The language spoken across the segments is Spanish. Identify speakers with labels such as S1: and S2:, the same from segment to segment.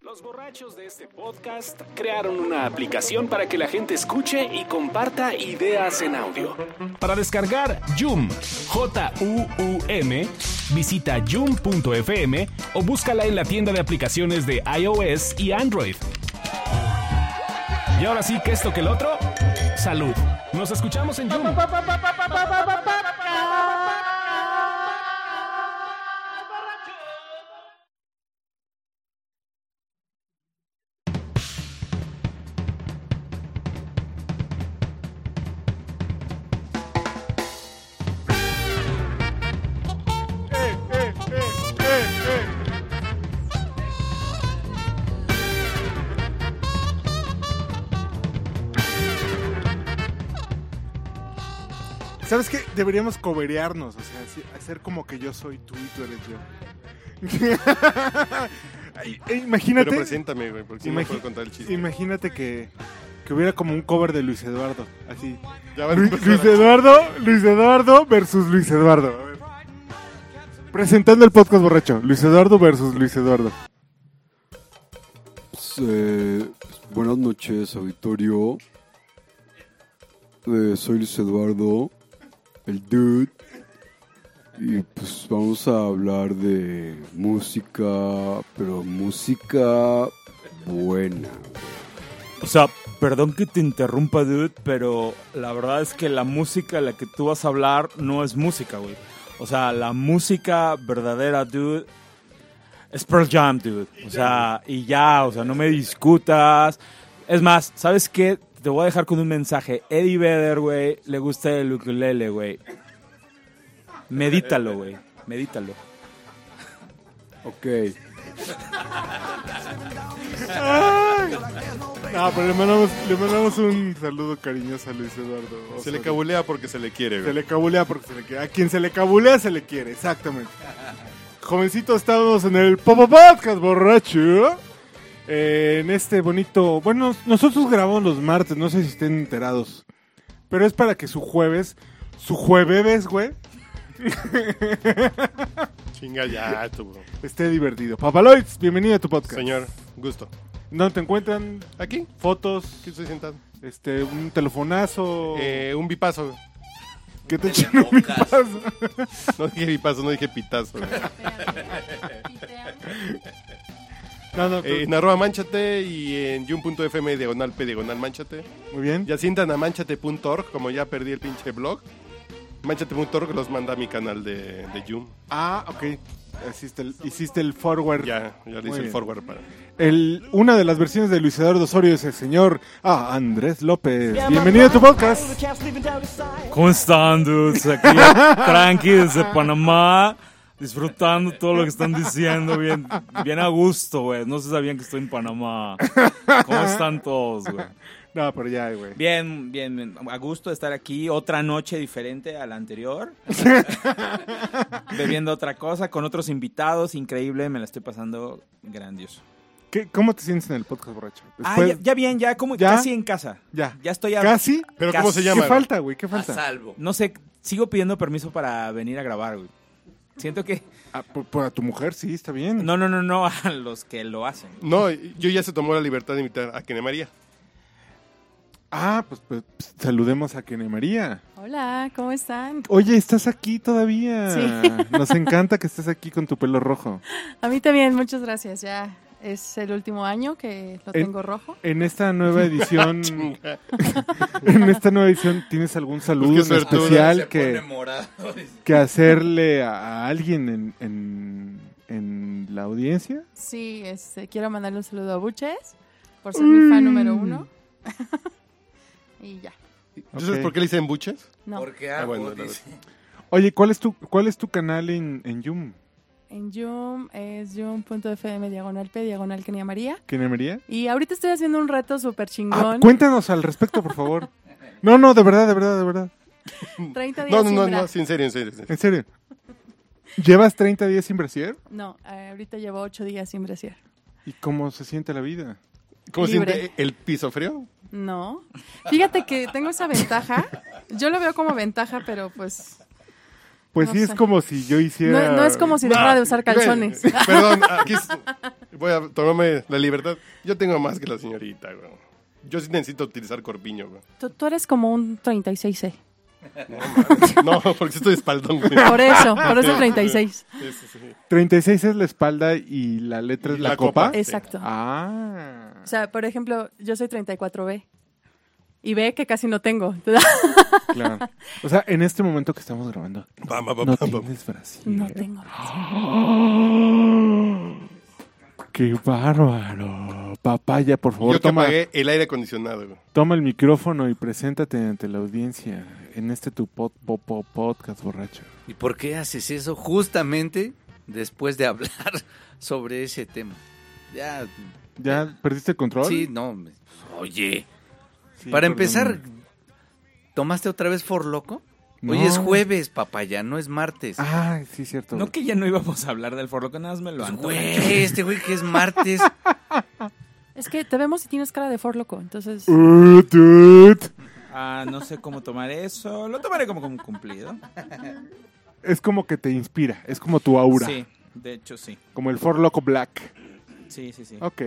S1: Los borrachos de este podcast crearon una aplicación para que la gente escuche y comparta ideas en audio. Para descargar Joom, J-U-U-M, visita joom.fm o búscala en la tienda de aplicaciones de iOS y Android. Y ahora sí que esto que el otro, salud. Nos escuchamos en Joom.
S2: ¿Sabes qué? Deberíamos coberearnos, o sea, así- hacer como que yo soy tú y tú eres yo. Ay, eh,
S3: Pero
S2: imagínate,
S3: preséntame, güey, porque si no
S2: Imagi-
S3: puedo contar el chiste.
S2: imagínate que, que hubiera como un cover de Luis Eduardo, así.
S3: Ya van a
S2: Lu- Luis,
S3: empezar a-
S2: Eduardo, Luis Eduardo versus Luis Eduardo. A ver. Presentando el podcast borracho, Luis Eduardo versus Luis Eduardo.
S4: Pues, eh, pues, buenas noches, auditorio. Eh, soy Luis Eduardo, el dude. Y pues vamos a hablar de música, pero música buena.
S5: O sea, perdón que te interrumpa, dude, pero la verdad es que la música de la que tú vas a hablar no es música, güey. O sea, la música verdadera, dude, es Pearl Jam, dude. O sea, y ya, o sea, no me discutas. Es más, ¿sabes qué? Te voy a dejar con un mensaje. Eddie Vedder, güey, le gusta el ukulele, güey. Medítalo, güey. Medítalo.
S4: Ok.
S2: No, Ah, pero le mandamos, le mandamos un saludo cariñoso a Luis Eduardo. O
S3: Se le
S2: sea,
S3: cabulea porque se le quiere,
S2: Se
S3: güey.
S2: le cabulea porque se le quiere. A quien se le cabulea se le quiere, exactamente. Jovencito, estamos en el Popo Podcast, borracho. Eh, en este bonito. Bueno, nosotros grabamos los martes, no sé si estén enterados. Pero es para que su jueves. Su jueves, güey.
S3: Chinga ya, tú,
S2: Esté divertido. Papaloids, bienvenido a tu podcast.
S3: señor. Gusto.
S2: ¿Dónde te encuentran?
S3: Aquí,
S2: Fotos,
S3: aquí estoy sentado.
S2: este, un telefonazo.
S3: Eh, un bipazo. güey.
S2: que te echen un bipazo.
S3: No dije bipazo, no dije pitazo. güey.
S2: No, no,
S3: Eh, en arroba manchate y en yun.fm diagonal p diagonal manchate.
S2: muy bien.
S3: Y asientan a manchate.org, como ya perdí el pinche blog. Manchate.org los manda a mi canal de, de Yum.
S2: Ah, ok. Hiciste el, hiciste el forward.
S3: Ya, ya le
S2: Muy
S3: hice el
S2: bien.
S3: forward para.
S2: El- una de las versiones de Luis Eduardo Osorio es el señor ah, Andrés López. Bienvenido a tu podcast.
S5: ¿Cómo están, dudes? Aquí, tranqui, desde Panamá, disfrutando todo lo que están diciendo, bien, bien a gusto, güey. No se sabían que estoy en Panamá. ¿Cómo están todos, güey?
S2: No, pero ya, güey.
S6: Bien, bien, bien. a gusto de estar aquí. Otra noche diferente a la anterior. Bebiendo otra cosa con otros invitados. Increíble, me la estoy pasando grandioso.
S2: ¿Qué- ¿Cómo te sientes en el podcast, borracho?
S6: Ah,
S2: Después-
S6: ya, ya bien, ya como
S2: Pues ¿Ya?
S6: casi en casa.
S2: ya.
S6: Ya estoy a,
S2: ¿Casi?
S3: Pero ¿cómo se
S6: Casi.
S2: ¿Qué
S3: llama?
S2: falta, güey? ¿Qué
S7: A
S2: falta?
S7: salvo.
S6: No sé, sigo pidiendo permiso para venir a grabar, güey. Siento que
S2: Ah, por- por a tu mujer, sí, está bien.
S6: no, no, no, no a los que lo hacen.
S3: No, yo ya se tomó la libertad de invitar a Kene María.
S2: Ah, pues, pues, pues, saludemos a Kene María.
S8: Hola, ¿cómo están?
S2: Oye, estás aquí todavía.
S8: Sí.
S2: Nos encanta que estés aquí con tu pelo rojo.
S8: A mí también, muchas gracias. Ya es el último año que lo
S2: En-
S8: tengo rojo.
S2: En esta nueva edición, en esta nueva edición, ¿tienes algún saludo
S3: Pues qué
S2: en
S3: suertudo.
S2: especial
S7: Se
S2: que
S7: pone morado.
S2: que hacerle a a alguien en, en, en la audiencia.
S8: Sí, este, quiero mandarle un saludo a Buches por ser mi
S2: Mm.
S8: fan número uno. y ya,
S3: ¿Entonces
S2: Ok.
S3: por qué le dicen buches?
S8: no.
S7: Porque
S3: Ah,
S7: hago,
S3: bueno, la
S7: dice.
S2: Oye, ¿cuál es tu, cuál es tu canal en, en Yum?
S8: En Zoom es zoom.fm diagonal p diagonal Kenia María.
S2: ¿Quién María?
S8: Y ahorita estoy haciendo un reto súper
S2: Ah,
S8: chingón.
S2: cuéntanos al respecto, por favor. No, no, de verdad, de verdad, de verdad.
S8: 30 días
S3: No, no,
S8: sin
S3: no,
S8: bra.
S3: no, sí, en serio, en serio. en serio.
S2: En serio. ¿Llevas 30 días sin brasier?
S8: No, eh, ahorita llevo 8 días sin brasier.
S2: ¿Y cómo se siente la vida?
S3: ¿Cómo
S8: Libre.
S3: siente el piso frío?
S8: No. Fíjate que tengo esa ventaja. Yo lo veo como ventaja, pero pues
S2: Pues
S8: No
S2: sí, es
S8: sé.
S2: como si yo hiciera...
S8: No, no es como si dejara de usar calzones.
S3: Güey, Perdón, aquí es- voy a tomarme la libertad. Yo tengo más que la señorita, güey. Yo sí necesito utilizar corpiño, güey.
S8: Tú, tú eres como un 36C.
S3: No, porque estoy de espaldón, güey.
S8: Por eso, por eso 36.
S3: Sí, sí, sí.
S2: 36 es la espalda y la letra es
S3: Y
S2: la,
S3: la
S2: copa.
S3: copa.
S8: Exacto.
S2: Ah.
S8: O sea, por ejemplo, yo soy 34B. Y B que casi no tengo.
S2: Claro. O sea, en este momento que estamos grabando,
S3: Pam, pam, pam,
S2: no
S3: pam, pam.
S2: tienes brasier.
S8: No tengo.
S2: ¡Qué bárbaro! Papaya, por favor,
S3: Yo que
S2: toma,
S3: apagué el aire acondicionado, güey.
S2: toma el micrófono y preséntate ante la audiencia en este tu pod- po- po- podcast borracho.
S7: ¿Y por qué haces eso justamente después de hablar sobre ese tema? Ya,
S2: ¿Ya perdiste el control?
S7: sí, no. me- Oye,
S2: Sí,
S7: para
S2: perdón.
S7: empezar, ¿tomaste otra vez For Loco?
S2: No.
S7: Hoy es jueves, papá, ya no es martes.
S2: Ah, sí, cierto.
S6: No que ya no íbamos a hablar del forloco, nada más me lo
S7: Pues,
S6: antojo.
S7: güey, este güey que es martes.
S8: Es que te vemos y tienes cara de forloco. Entonces,
S2: Uh, dude.
S6: Ah, no sé cómo tomar eso. Lo tomaré como un cumplido.
S2: Es como que te inspira, es como tu aura,
S6: Sí, de hecho sí.
S2: como el For Loco Black.
S6: Sí, sí, sí.
S2: Ok.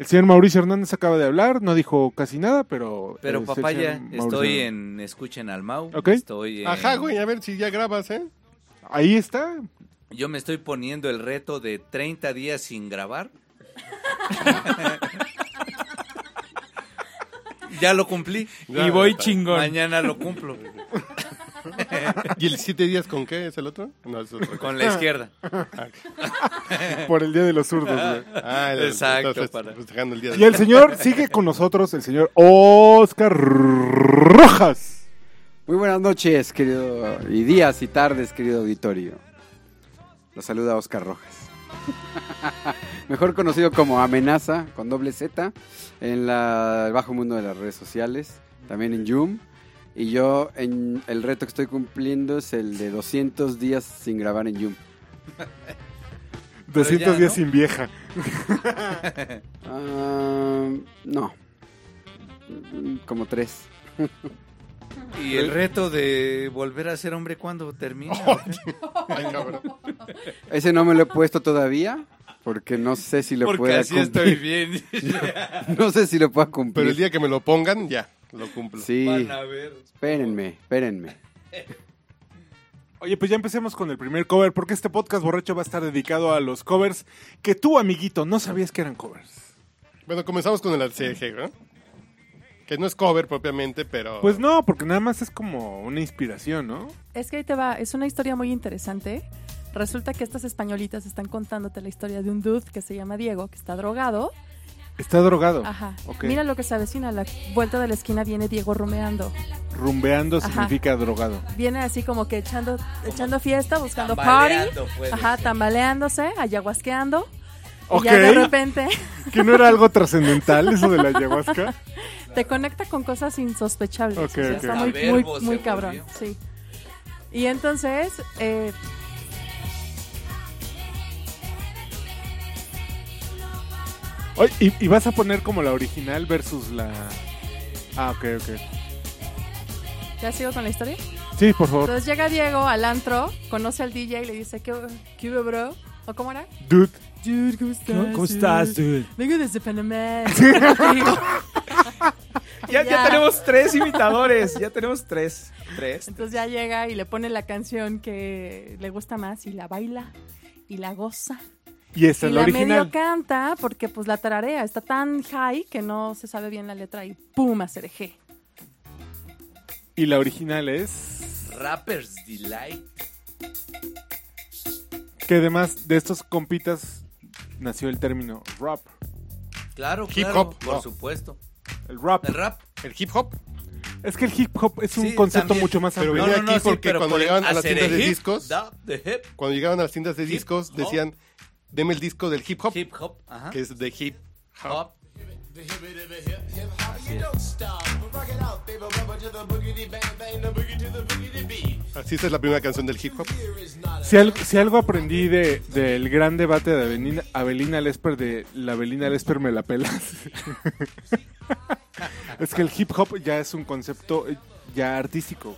S2: El señor Mauricio Hernández acaba de hablar, no dijo casi nada, pero... eh,
S7: Pero
S2: es el
S7: papaya,
S2: señor Este, Mauricio
S7: estoy
S2: Hernández.
S7: en Escuchen al Mau.
S2: Ok.
S7: Estoy en-
S3: Ajá, güey, a ver si ya grabas, ¿eh?
S2: Ahí está.
S7: Yo me estoy poniendo el reto de 30 días sin grabar. ya lo cumplí.
S6: Y voy chingón.
S7: Mañana lo cumplo.
S3: ¿Y el siete días con qué es el otro? No, es otro.
S7: Con la izquierda.
S2: Por el Día de los Zurdos, güey.
S3: Ah, el-
S7: Exacto,
S3: entonces,
S7: para-
S3: festejando el día
S2: Y el señor sigue con nosotros, el señor Oscar Rojas.
S4: Muy buenas noches, querido, y días y tardes, querido auditorio. Los saluda Oscar Rojas. Mejor conocido como Amenaza, con doble Z, en la- el bajo mundo de las redes sociales, también en Zoom. Y yo, en el reto que estoy cumpliendo es el de 200 días sin grabar en Zoom.
S2: 200
S7: ya,
S2: días
S7: ¿no?
S2: sin vieja.
S4: Ah, no, Mm, como tres.
S7: Y el reto de volver a ser hombre cuando termina.
S3: Ay, cabrón.
S4: Ese no me lo he puesto todavía, porque no sé si lo
S7: porque
S4: pueda
S7: así estoy
S4: cumplir.
S7: bien.
S4: No sé si lo pueda cumplir.
S3: Pero el día que me lo pongan, ya, lo cumplo.
S4: Sí,
S7: Van a ver.
S4: espérenme, espérenme.
S2: Oye, pues ya empecemos con el primer cover, porque este podcast borracho va a estar dedicado a los covers que tú, amiguito, no sabías que eran covers.
S3: Bueno, comenzamos con el ACG, ¿no? Que no es cover propiamente, pero...
S2: Pues no, porque nada más es como una inspiración, ¿no?
S8: es que ahí te va. Es una historia muy interesante. Resulta que estas españolitas están contándote la historia de un dude que se llama Diego, que está drogado.
S2: Está drogado,
S8: Ajá.
S2: Ok.
S8: Mira lo que se avecina. A la vuelta de la esquina viene Diego rumeando.
S2: rumbeando
S8: Ajá.
S2: significa drogado.
S8: Viene así como que echando, echando fiesta, buscando party.
S7: Tambaleando, pues.
S8: Ajá, tambaleándose, ayahuasqueando.
S2: Ok.
S8: Y ya de repente
S2: ¿Que no era algo trascendental eso de la ayahuasca?
S8: te conecta con cosas insospechables.
S2: Ok,
S8: o sea,
S2: ok.
S8: Está muy,
S7: Soberbio
S8: muy,
S7: se
S8: muy
S7: volvió.
S8: cabrón. Sí. Y entonces, eh,
S2: Oye, y, y vas a poner como la original versus la... Ah, ok, ok.
S8: ¿ya sigo con la historia?
S2: Sí, por favor.
S8: Entonces llega Diego al antro, conoce al DJ y le dice, ¿qué, qué hubo, bro? ¿O cómo era?
S2: Dude.
S8: Dude, ¿cómo estás?
S5: ¿Cómo, cómo estás, dude?
S8: Vengo desde Panamá.
S6: Ya, ya
S8: Ya.
S6: tenemos tres imitadores. Ya tenemos tres. Tres.
S8: Entonces ya llega y le pone la canción que le gusta más y la baila y la goza.
S2: Y esta
S8: y
S2: es la
S8: la
S2: original.
S8: medio canta porque pues la tararea está tan high que no se sabe bien la letra y pum, acerejé.
S2: Y la original es...
S7: Rappers Delight.
S2: Que además de estos compitas nació el término rap.
S7: Claro,
S3: Hip
S7: claro.
S3: hop,
S7: por
S3: no.
S7: supuesto.
S2: El rap.
S7: El rap.
S3: El hip hop.
S2: Es que el hip hop es un
S7: Sí,
S2: concepto
S7: también.
S2: mucho más
S3: Pero
S2: amplio.
S3: venía aquí porque
S7: pero
S3: cuando
S7: por el
S3: llegaban a las
S7: hacer
S3: tiendas
S7: el
S3: de
S7: hip,
S3: discos-
S7: da, the hip,
S3: Cuando llegaban a las tiendas de
S7: Hip
S3: discos,
S7: hop.
S3: decían, deme el disco del hip hop,
S7: hip hop. Ajá.
S3: que es de hip hop.
S7: Hop.
S3: Así esa es la primera canción del hip hop.
S2: Si, al- si algo aprendí de- del gran debate de Avelina, Avelina Lesper, de la Avelina Lesper me la pelas. es que el hip hop ya es un concepto eh, ya artístico.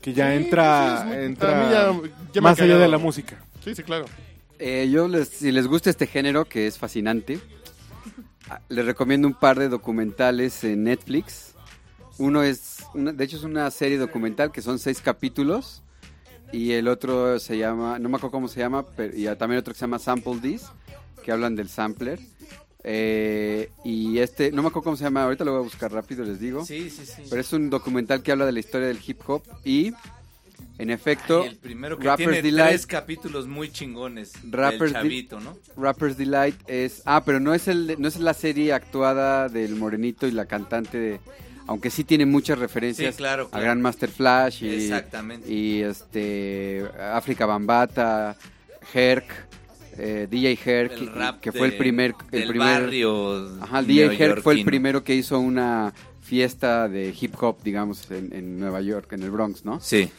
S2: Que ya
S3: Sí,
S2: entra,
S3: sí, es muy-
S2: entra
S3: a mí ya- ya me ha
S2: más allá
S3: cagado.
S2: de la música.
S3: Sí, sí, claro.
S4: eh, yo les- si les gusta este género, que es fascinante, ah, les recomiendo un par de documentales en Netflix. Uno es, una- de hecho es una serie documental que son seis capítulos y el otro se llama, no me acuerdo cómo se llama, pero, y también otro que se llama Sample This, que hablan del sampler. Eh, y este, no me acuerdo cómo se llama, ahorita lo voy a buscar rápido, les digo.
S7: Sí, sí, sí.
S4: Pero es un documental que habla de la historia del hip hop y, en efecto,
S7: Ay, el primero que
S4: Rapper's
S7: tiene
S4: Delight.
S7: tres capítulos muy chingones.
S4: Rapper's
S7: del chavito, ¿no?
S4: Rapper's Delight es. Ah, pero no es, el, no es la serie actuada del Morenito y la cantante. de- aunque sí tiene muchas referencias
S7: Sí, claro,
S4: a
S7: claro.
S4: Grand Master Flash y,
S7: Exactamente.
S4: y este África Bambata, Herc, eh, DJ Herc,
S7: El rap
S4: que fue
S7: de-
S4: el primer. El
S7: del
S4: primer
S7: barrio.
S4: ajá, el DJ Herc fue el
S7: neoyorquino.
S4: primero que hizo una fiesta de hip hop, digamos, en, en Nueva York, en el Bronx, ¿no?
S7: Sí,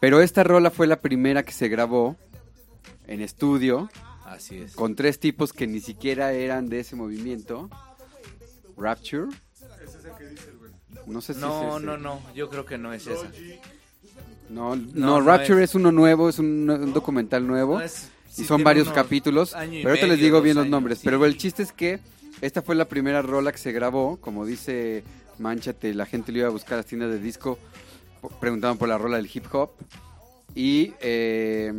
S4: Pero esta rola fue la primera que se grabó en estudio
S7: así es.
S4: con tres tipos que ni siquiera eran de ese movimiento. Rapture. No sé si es
S7: No,
S4: ese.
S7: no, no, yo creo que no es esa.
S4: No,
S7: No,
S4: no,
S7: no
S4: Rapture
S7: es.
S4: es. uno nuevo, es un, un documental nuevo.
S7: No es-
S4: y
S7: sí
S4: son
S7: tiene
S4: varios
S7: unos
S4: capítulos.
S7: año y
S4: Pero ahorita les
S7: medio,
S4: digo
S7: dos
S4: bien los
S7: años,
S4: nombres.
S7: sí.
S4: Pero el chiste es que esta fue la primera rola que se grabó. Como dice Manchate, la gente lo iba a buscar a las tiendas de disco. po- Preguntaban por la rola del hip hop. Y, eh,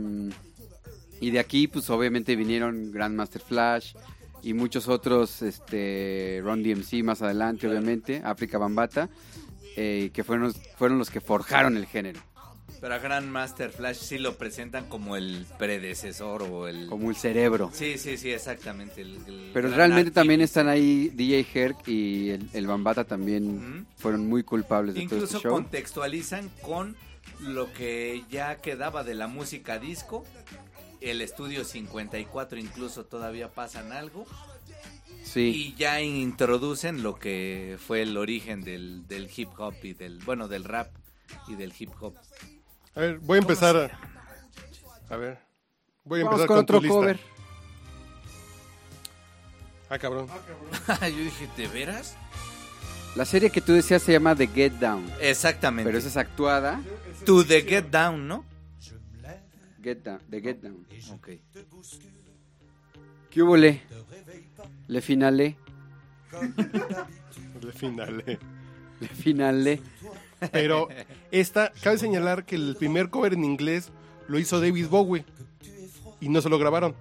S4: y de aquí, pues obviamente vinieron Grandmaster Flash y muchos otros. Este, Ron DMC más adelante, obviamente. África Bambata. eh, que fueron, fueron los que forjaron el género.
S7: Pero a Grandmaster Flash sí lo presentan como el predecesor o el...
S4: Como el cerebro.
S7: Sí, sí, sí, exactamente. el- el
S4: Pero
S7: gran
S4: realmente también
S7: artista.
S4: están ahí DJ Herc y el, el Bambata también
S7: Ujú.
S4: fueron muy culpables de todo este
S7: Incluso
S4: show.
S7: contextualizan con lo que ya quedaba de la música disco. El estudio 54 incluso todavía pasan algo.
S4: Sí,
S7: Y ya introducen lo que fue el origen del, del hip hop y del... Bueno, del rap y del hip hop.
S3: A ver, voy a empezar. A, a ver. Voy a
S4: vamos
S3: empezar
S4: con
S3: con, tu
S4: otro
S3: lista.
S4: cover.
S3: Ah, cabrón.
S7: Yo dije, ¿de veras?
S4: La serie que tú decías se llama The Get Down,
S7: Exactamente.
S4: pero esa es actuada.
S7: To the Get Down, ¿no?
S4: Get Down, The Get Down.
S7: Ok.
S4: ¿Qué hubo le? Le finale,
S3: El final. eh.
S4: le finale.
S3: Pero esta, cabe señalar que el primer cover en inglés lo hizo David Bowie y no se lo grabaron.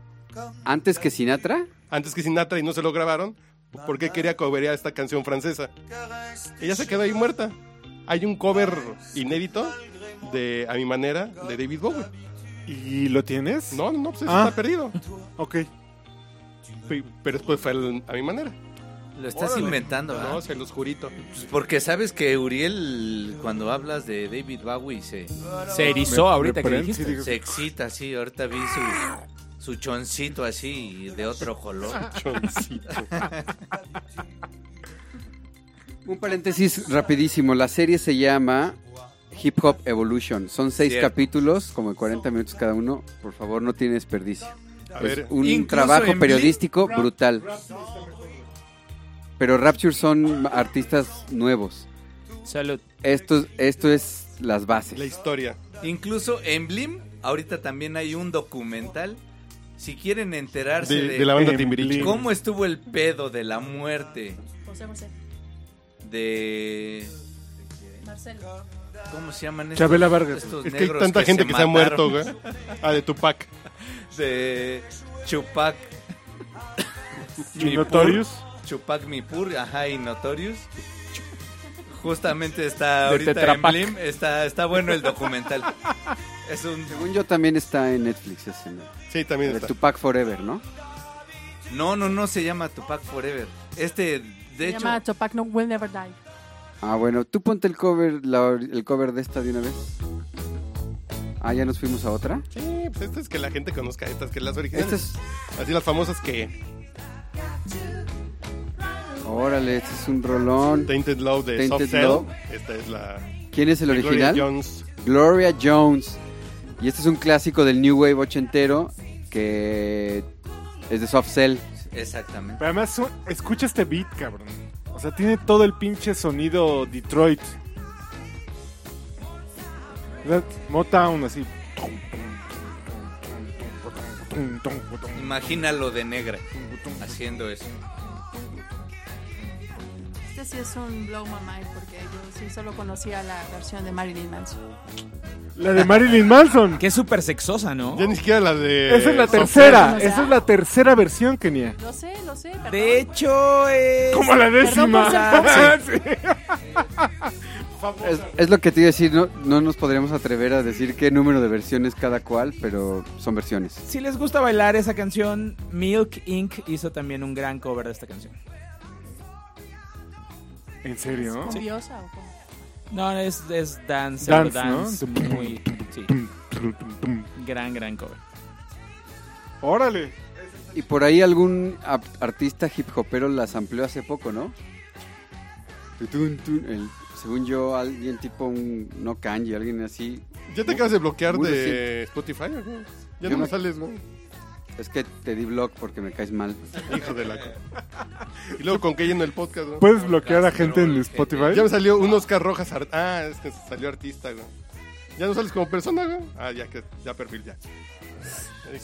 S4: Antes que Sinatra,
S3: Antes que Sinatra y no se lo grabaron porque quería coverear esta canción francesa. Ella se quedó ahí muerta. Hay un cover inédito de A mi manera de David Bowie.
S2: ¿Y lo tienes?
S3: No, no, no, pues eso
S2: Ah.
S3: está perdido.
S2: Ok.
S3: Pe- Pero después fue el- A mi manera.
S7: Lo estás inventando, ¿verdad?
S3: No, se los jurito.
S7: Pues porque sabes que Uriel, cuando hablas de David Bowie, se,
S6: Se erizó ahorita que
S2: Reprende,
S6: dijiste.
S2: digo,
S7: se excita así. Ahorita vi su, su choncito así de otro color.
S3: Choncito.
S4: un paréntesis rapidísimo. La serie se llama Hip Hop Evolution. Son seis
S7: Cierto.
S4: capítulos, como de 40 minutos cada uno. Por favor, no tiene desperdicio.
S3: A
S4: Es
S3: ver,
S4: un
S7: Incluso
S4: trabajo
S7: en
S4: periodístico brutal. Pero Rapture son artistas nuevos.
S6: Salud.
S4: Esto, esto es las
S3: la
S4: bases.
S3: historia.
S7: Incluso en Blim, ahorita también hay un documental. Si quieren enterarse
S3: De,
S7: de,
S3: de la banda
S2: Em,
S3: Timbiriche.
S7: cómo estuvo el pedo de la muerte
S9: José José.
S7: de...
S9: Marcelo.
S7: ¿Cómo se llaman estos?
S2: Chabela Vargas.
S7: estos
S3: Es que hay
S7: negros
S3: tanta gente que se ha
S7: mataron?
S3: muerto, güey. Ah, de Tupac.
S7: De Chupac.
S2: ¿Y Notorious?
S7: Chupac Mipur, ajá, y Notorious. Justamente está
S6: De
S7: ahorita
S6: Tetra
S7: en
S6: Pak.
S7: Blim, está, está bueno el documental. Es un...
S4: Según yo también está en Netflix ese, ¿no?
S3: Sí,
S4: El
S3: también
S4: de
S3: está.
S4: Tupac Forever, ¿no?
S7: No, no, no se llama Tupac Forever. Este, de
S8: Se
S7: hecho,
S8: llama Tupac No Will Never Die.
S4: Ah, bueno, tú ponte el cover, la or- el cover de esta de una vez. Ah, ya nos fuimos a otra.
S3: Sí, pues esta es que la gente conozca estas, que las originales.
S4: Este es,
S3: Así las famosas que
S4: órale, este es un rolón.
S3: Tainted Love de
S4: Tainted
S3: Soft Cell.
S4: Love.
S3: Esta es la
S4: ¿Quién es el
S3: de Gloria
S4: original?
S3: Jones.
S4: Gloria Jones. Y este es un clásico del New Wave ochentero que es de Soft Cell.
S7: exactamente.
S2: Pero además, su- escucha este beat, cabrón. O sea, tiene todo el pinche sonido Detroit. ¿Verdad? Motown, así.
S7: Imagínalo de negra haciendo eso.
S8: Este sí es un blow my mind porque yo sí solo conocía la versión de Marilyn Manson.
S2: La de Marilyn Manson.
S6: Que es súper sexosa, ¿no?
S3: Ya ni siquiera la de.
S2: Esa es la
S3: Sofía.
S2: tercera.
S8: o sea.
S2: Esa es la tercera versión, Kenia.
S8: Lo sé, lo sé, perdón.
S6: De hecho, es...
S2: Como la décima.
S8: Perdón
S4: Es, es lo que te iba a decir, no, no nos podríamos atrever a decir qué número de versiones cada cual, pero son versiones.
S6: Si les gusta bailar esa canción, Milk Inc. hizo también un gran cover de esta canción.
S2: ¿En serio?
S8: ¿Curiosa o cómo?
S6: No, es, es dance,
S2: Dance,
S6: dance, dance
S2: ¿no?
S6: muy... Sí, gran, gran cover.
S2: Órale.
S4: Y por ahí algún ap- artista hip hopero las amplió hace poco, ¿no? Tutun, tun, el- según yo, alguien tipo un no kanji, alguien así.
S3: ¿Ya te acabas de bloquear
S4: Muy
S3: de Spotify? ¿o qué? Ya
S4: Yo
S3: no me
S4: me-
S3: sales, ¿no?
S4: Es que te di blog porque me caes mal.
S3: Hijo de la. co- Y luego con qué lleno el podcast, ¿no?
S6: Pues,
S3: Eh,
S2: ¿Puedes bloquear a gente
S7: eh,
S2: en Spotify?
S3: Ya me salió un Oscar Rojas. ar- Ah, es que salió artista, güey. Ya no sales como persona, güey. Ah, ya que ya perfil ya.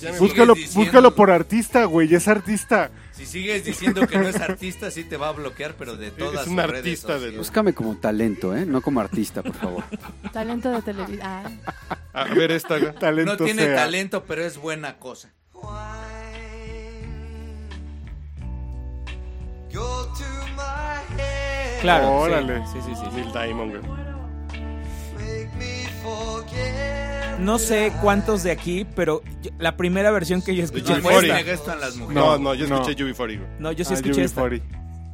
S3: Ya me-
S7: Bus-
S2: Búscalo,
S7: Sigues diciendo.
S2: búscalo por artista, güey. Es artista.
S7: Si sigues diciendo que no es artista, sí te va a bloquear, pero de todas
S3: Es un
S7: sus redes
S3: artista de
S7: sociales.
S4: Búscame como talento, ¿eh? No como artista, por favor.
S8: Talento de televisión. Ah,
S3: A ver esta, güey.
S2: Talento
S7: No tiene
S2: sea.
S7: talento, pero es buena cosa.
S6: Claro, sí,
S2: Órale.
S6: Sí, sí, sí, sí.
S3: Neil Diamond, güey.
S6: No sé cuántos de aquí, pero yo- la primera versión que yo escuché
S7: No
S3: Jim
S6: fue
S7: puedes
S3: Foreman.
S6: esta.
S7: negar esto a las mujeres.
S3: Pues No,
S2: No,
S3: no, yo
S2: no.
S3: escuché UB40, güey.
S6: No, yo sí
S2: Ah,
S6: escuché esta.
S2: UB40.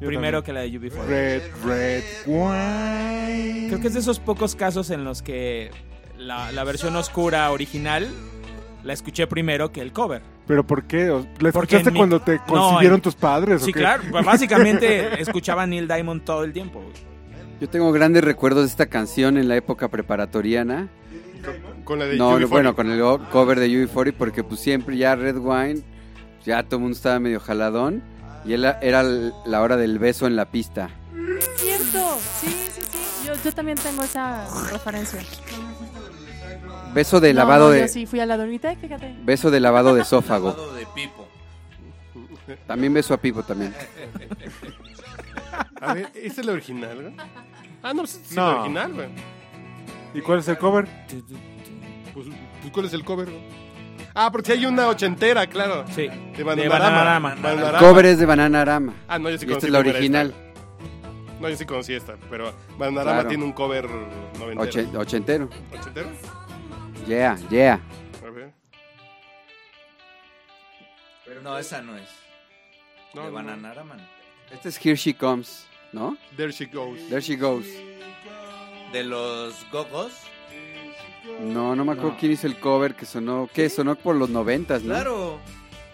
S2: Yo también.
S6: Primero que la de UB40.
S2: Red, red, wine.
S6: Creo que es de esos pocos casos en los que la, la versión oscura original la escuché primero que el cover.
S2: ¿Pero por qué? ¿O- ¿La
S6: Porque
S2: escuchaste
S6: en mi-
S2: cuando te
S6: No,
S2: concibieron
S6: en-
S2: tus padres? o
S6: Sí,
S2: qué?
S6: claro. pues Básicamente escuchaba a Neil Diamond todo el tiempo. güey.
S4: Yo tengo grandes recuerdos de esta canción en la época preparatoriana.
S3: Con, con la de
S4: No,
S3: UB40.
S4: bueno, con el o- cover de UB40 porque pues siempre ya Red Wine, pues, ya todo el mundo estaba medio jaladón y él a- era l- la hora del beso en la pista.
S8: es cierto. Sí, sí, sí. Yo, yo también tengo esa referencia.
S4: Beso de
S8: No,
S4: lavado
S8: no,
S4: de
S8: Yo sí fui a la dormita, fíjate.
S4: beso de lavado de esófago.
S7: Lavado de pipo.
S4: También beso a Pipo también.
S3: A ver, ¿esta es la original, güey? Ah, no, sí, sí,
S2: No.
S3: la original, güey.
S2: ¿Y cuál es el cover?
S3: Pues, pues, ¿cuál es el cover, güey? Ah, porque hay una ochentera, claro.
S6: Sí.
S3: De
S6: Bananarama.
S3: Bananarama. Bananarama.
S4: Cover es de Bananarama.
S3: Ah, no, yo sí
S4: Y esta
S3: conocí
S4: es la
S3: primero
S4: original,
S3: esta. No, yo sí conocí esta, pero Bananarama
S4: Claro.
S3: tiene un cover noventero.
S4: oche- ochentero.
S3: ¿Ochentero?
S4: Yeah, yeah.
S3: A ver.
S7: No, esa no es.
S3: No, no,
S7: de
S3: no.
S7: Bananarama. no.
S4: Este es Here She Comes, ¿no?
S3: There she goes.
S4: There She Goes.
S7: De los gogos.
S4: No, no me acuerdo quién hizo el cover que sonó, ¿qué? Sonó por los noventas, ¿no?
S7: Claro.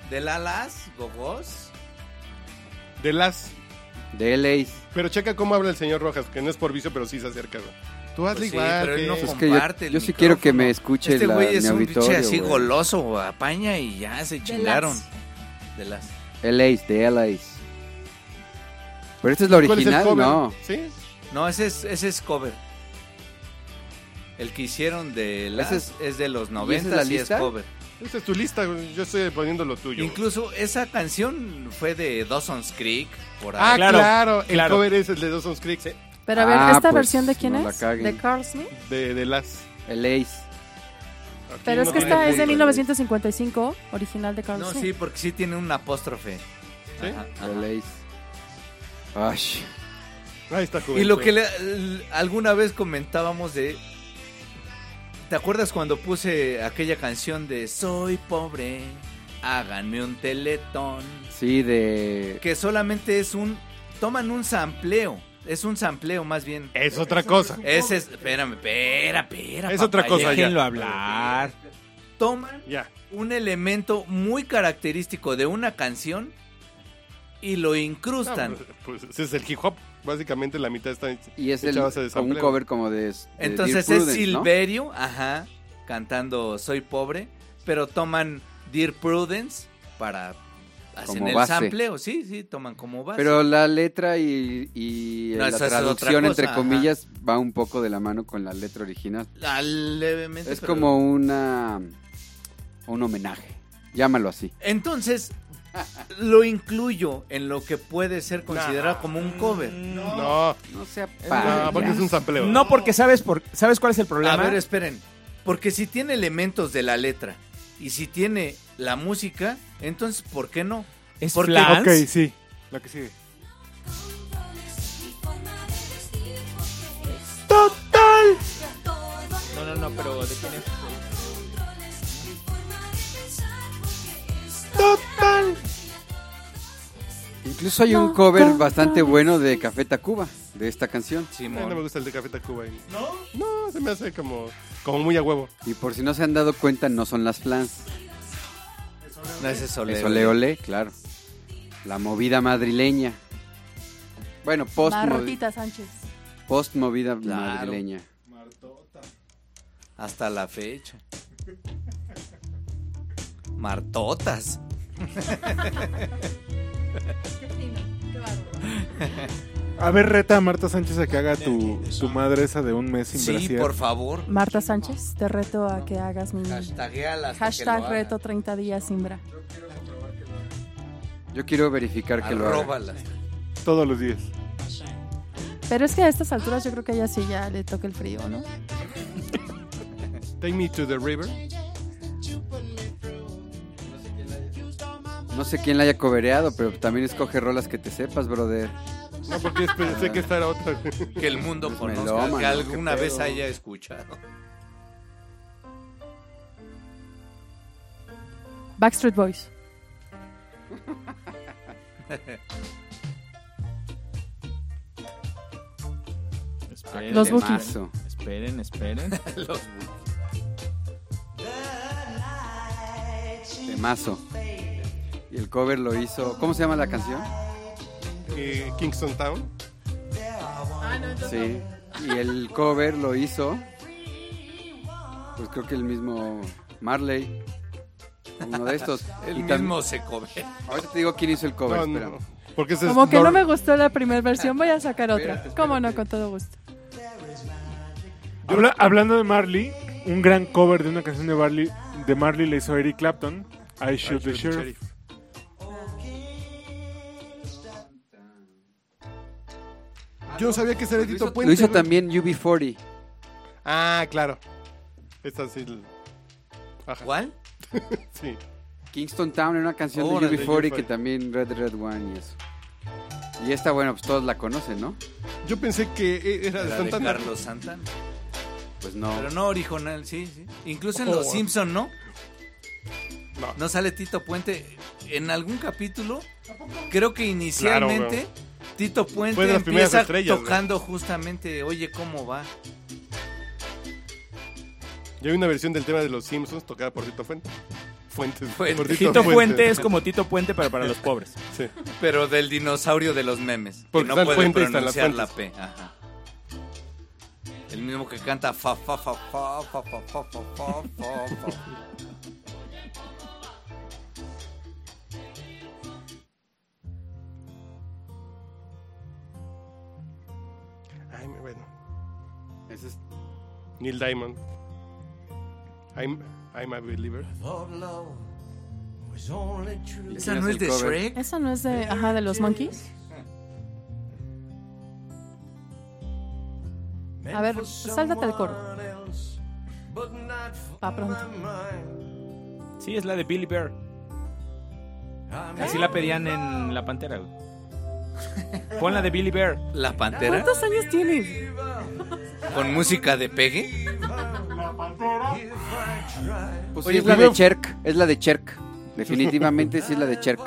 S7: De Lalas, gogos.
S3: De las.
S4: De LA.
S3: Pero checa cómo habla el señor Rojas, que no es por vicio, pero sí se acerca, güey. Tú hazle
S7: Pues sí,
S3: igual.
S7: pero él
S3: que-
S7: no
S4: Es que yo,
S7: Comparte el
S4: yo sí quiero que me
S7: micrófono.
S4: escuche
S7: este
S4: la,
S7: güey
S4: mi
S7: es un pinche
S4: auditorio,
S7: así
S4: güey.
S7: goloso. Apaña y ya se chingaron. De las.
S4: LA's, de LA's. Pero esta es la
S3: ¿Cuál es el
S4: original,
S3: cover?
S4: no.
S3: ¿Sí?
S7: No, ese es, ese es cover. El que hicieron de las
S4: Ese es-
S7: es, de los
S4: ¿Y esa es
S7: 90
S4: la
S7: y es
S4: lista?
S7: cover.
S3: Esa es tu lista, güey. yo estoy poniendo lo tuyo. güey.
S7: Incluso esa canción fue de Dawson's Creek, por
S3: Ah,
S7: ahí.
S3: claro,
S6: Claro,
S3: El
S6: claro.
S3: cover es el de Dawson's Creek,
S8: Pero a ver,
S4: Ah,
S8: ¿esta
S4: pues,
S8: versión de quién
S4: no la
S8: es?
S4: caguen.
S8: De Carl Smith.
S3: de, de las.
S4: LA's.
S3: Aquí
S8: Pero es
S3: no
S8: que
S3: tiene
S8: esta es de
S3: punto,
S8: 1955, original de Carl
S7: No, sí,
S8: Smith.
S7: porque sí tiene un apóstrofe.
S3: ¿Sí?
S7: Ajá, ajá.
S4: LA's. Ay,
S3: güey. Ahí está,
S7: Y lo
S3: juventud.
S7: que le- l- alguna vez comentábamos de... ¿Te acuerdas cuando puse aquella canción de Soy pobre, háganme un teletón?
S4: sí, de...
S7: Que solamente es un... Toman un sampleo. Es un sampleo más bien.
S3: Es otra cosa.
S7: Ese es... Espérame, espera, espera.
S3: Es otra cosa, ya.
S6: Déjenlo hablar.
S7: Toman
S3: Ya.
S7: un elemento muy característico de una canción y lo incrustan.
S3: Ah, pues ese es el hip hop. Básicamente la mitad está.
S4: Y es
S3: hecha
S4: el,
S3: a base de
S4: un
S3: sampleo.
S4: cover como de... de
S7: Entonces
S4: Dear
S7: es
S4: Prudence, ¿no?
S7: Silverio, ajá, cantando Soy pobre, pero toman Dear Prudence para hacen
S4: Como
S7: el
S4: base.
S7: sampleo, sí, sí, toman como base.
S4: Pero la letra y, y eh,
S7: No,
S4: la
S7: esa es otra
S4: traducción,
S7: cosa,
S4: entre
S7: ajá.
S4: comillas, va un poco de la mano con la letra original.
S7: Ah, levemente,
S4: Es
S7: pero-
S4: como una... un homenaje. Llámalo así.
S7: Entonces, lo incluyo en lo que puede ser considerado como un cover.
S3: No,
S4: No sea
S3: no, porque es un sampleo.
S6: No, porque sabes por sabes cuál es el problema.
S7: A ver, esperen. Porque si tiene elementos de la letra y si tiene la música, entonces, ¿por qué no?
S6: es
S7: porque-
S6: Flans.
S2: Ok, sí. La que sigue.
S6: No, no, no, pero ¿de quién es?
S4: Incluso hay un cover bastante bueno de Café Tacuba, de esta canción.
S3: Ay, no me
S7: Simón.
S3: gusta el de Café Tacuba. ¿No? No, Ah, se me hace como, como muy a huevo.
S4: Y por si no se han dado cuenta, no son las flans.
S7: No, ese es
S4: Es
S7: Ole
S4: ole ole, claro. La movida madrileña. Bueno, post,
S8: Marrotita Sánchez.
S4: post movida
S7: Claro.
S4: madrileña.
S7: Hasta la fecha. Martotas.
S2: A ver, reta a Marta Sánchez a que haga tu, tu madre esa de un mes sin
S7: Sí,
S2: brasier.
S7: por favor.
S8: Marta Sánchez, te reto a que hagas mi
S7: Hashtagueala hasta que lo
S8: hashtag
S7: haga.
S8: reto 30 días sin bra.
S4: Yo quiero verificar que lo haga.
S7: Arróbala.
S2: Todos los días.
S8: Pero es que a estas alturas yo creo que ella sí ya le toca el frío, ¿no?
S3: Take me to the river.
S4: No sé quién la haya cobereado, pero también escoge rolas que te sepas, brother.
S3: No, porque es- pensé que esta era otra.
S7: Ah. Que el mundo
S4: Los
S7: conozca,
S4: melómanos,
S7: que alguna
S4: qué
S7: vez
S4: pedo.
S7: haya escuchado.
S8: Backstreet Boys.
S6: Esperen,
S8: Los Bookies.
S4: Temazo.
S6: esperen, esperen.
S7: Los-
S4: Temazo. Y el cover lo hizo. ¿Cómo se llama la canción?
S3: Eh, Kingston Town.
S4: Sí. Y el cover lo hizo. Pues creo que el mismo Marley. Uno de estos.
S7: el
S4: Y tam-
S7: mismo se cobre.
S4: Ahorita te digo quién hizo el cover.
S3: No,
S4: espera.
S3: no. Porque ese es
S8: Como que no
S3: Nor-
S8: me gustó la primera versión, voy a sacar otra.
S4: Espérate,
S8: ¿Cómo no?
S4: espérate.
S8: Con todo gusto.
S2: Habla- hablando de Marley, un gran cover de una canción de Marley, de Marley le hizo Eric Clapton. I Shoot the Sheriff.
S3: Yo sabía que ese era Tito Puente.
S4: Lo hizo
S3: güey.
S4: también UB40.
S3: Pues Ah, claro. Esta sí. l- Ajá,
S7: ¿Cuál?
S3: sí.
S4: Kingston Town era una canción
S7: Órale,
S4: de UB40
S3: UB40.
S4: que también Red Red One y eso. Y esta, bueno, pues todos la conocen, ¿no?
S3: Yo pensé que e- era de
S7: La de
S3: Santana.
S7: Carlos Santana.
S4: Pues no.
S7: Pero no original, sí, sí. Incluso Pues en
S3: Oh.
S7: Los Simpson, ¿no?
S3: No.
S7: No sale Tito Puente. En algún capítulo, creo que inicialmente Tito Puente
S3: Fue de las primeras
S7: empieza
S3: estrellas, güey.
S7: tocando justamente, oye, ¿cómo va?
S3: Yo vi una versión del tema de los Simpsons tocada por Tito Fuente. Fuentes.
S7: Fuente.
S3: por
S6: Tito Fuente es como Tito Puente, pero para los pobres.
S3: Sí.
S7: Pero del dinosaurio de los memes. que
S3: Porque
S7: no
S3: está el
S7: puede
S3: puente y están las
S7: pronunciar la P. Ajá. El mismo que canta fa fa fa fa fa fa fa fa fa fa, fa.
S3: Ay, bueno.
S4: Ese es-
S3: Neil Diamond. I'm, I'm a believer.
S4: ¿quién
S7: ¿Esa
S4: hace
S7: no es
S4: el
S7: de
S4: cover?
S7: Shrek?
S8: ¿Eso no es de, ajá, de los Monkeys? A
S10: pues,
S8: ver, sáltate al coro. Pa' pronto.
S6: Sí, es la de Billy Bear. Así la pedían en La Pantera, güey. Pon la de Billy Bear.
S7: ¿La pantera?
S8: ¿Cuántos años tienes?
S7: ¿Con música de pegue?
S4: Pues
S7: Oye,
S4: sí, es la de
S7: primero-
S4: Cherk. Es la de Cherk. Definitivamente sí es la de Cherk.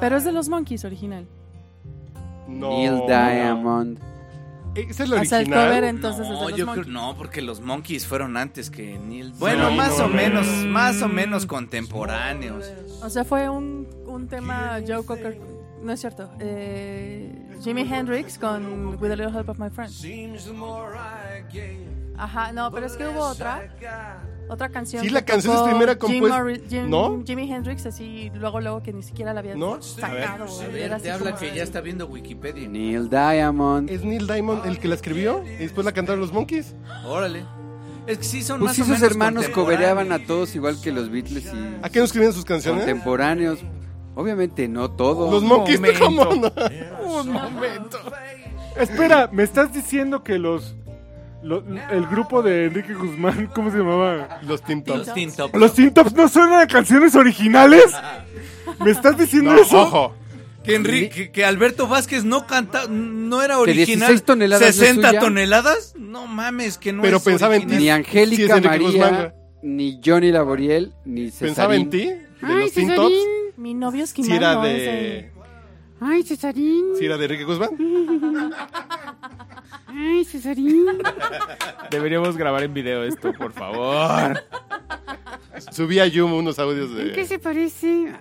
S8: Pero es de los Monkeys original.
S3: No.
S4: Neil Diamond.
S3: Esa es la
S8: O sea,
S3: original.
S8: el cover entonces es
S7: No,
S8: de los
S7: yo creo,
S8: Monkeys.
S7: no, porque los Monkeys fueron antes que Neil.
S3: no,
S7: Bueno, más
S3: no,
S7: o
S3: no.
S7: menos, más o menos contemporáneos.
S8: O sea, fue un, un tema Joe Cocker. No es cierto. Eh, Jimi Hendrix con With a Little Help of My Friends. Ajá, no, pero es que hubo otra. Otra canción.
S3: Sí,
S8: que
S3: la canción es
S8: tocó
S3: primera
S8: Jim
S3: compuesta-
S8: Morri- Jim-
S3: ¿No?
S8: Jimi Hendrix, así luego, luego que ni siquiera la había
S3: ¿No?
S8: sacado. era así
S7: Te habla
S8: como
S7: que
S8: de-
S7: ya está viendo Wikipedia.
S4: Neil Diamond.
S3: ¿Es Neil Diamond el que la escribió? ¿Y después la cantaron los Monkeys?
S7: Órale. Es que sí son
S4: Pues
S7: más
S4: sí,
S7: o
S4: sus
S7: menos
S4: hermanos
S7: contemporáneos.
S4: cobereaban a todos igual que los Beatles y
S3: ¿A qué nos escribían sus canciones?
S4: contemporáneos. Obviamente no todos.
S3: Los Monkeys,
S6: momento.
S3: ¿cómo no?
S2: Espera, ¿me estás diciendo que los. lo- el grupo de Enrique Guzmán, ¿cómo se llamaba?
S3: Los Tim Tops.
S7: Los Teen Top.
S2: ¿Los Teen Tops no suenan a canciones originales? ¿Me estás diciendo
S3: No,
S2: eso?
S3: ojo.
S7: Que, Enrique, que- que Alberto Vázquez no canta, no era
S4: Que 16
S7: original.
S4: toneladas no es
S7: 60
S4: suya.
S7: toneladas? No mames, que no
S3: Pero
S7: es
S3: pensaba en ti.
S7: original.
S4: Ni
S3: Sí, es
S4: Angélica
S3: Enrique
S4: María,
S3: Guzmán, güey.
S4: ni Johnny Laboriel, ni Cesarín.
S3: Pensaba en ti, de los Tim Tops.
S8: Mi novio es
S3: Si
S8: Kimano,
S3: era
S8: es
S3: de.
S8: de-
S11: Ay, Cesarín.
S3: Si era de Enrique Guzmán.
S11: Ay, Cesarín.
S6: Deberíamos grabar en video esto, por favor.
S3: Subí a Yum unos audios
S11: ¿En qué
S3: de.
S11: se parece?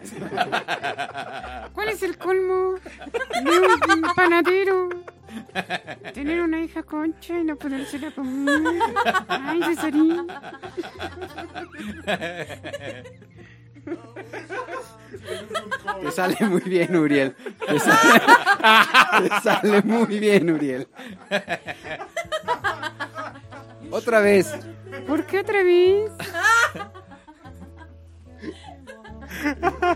S11: ¿Cuál es el colmo de un panadero? Tener una hija concha y no ponérsela con... Ay, Cesarín.
S4: Te sale muy bien, Uriel. Te sale, te sale muy bien, Uriel. Otra vez.
S11: ¿Por qué otra vez?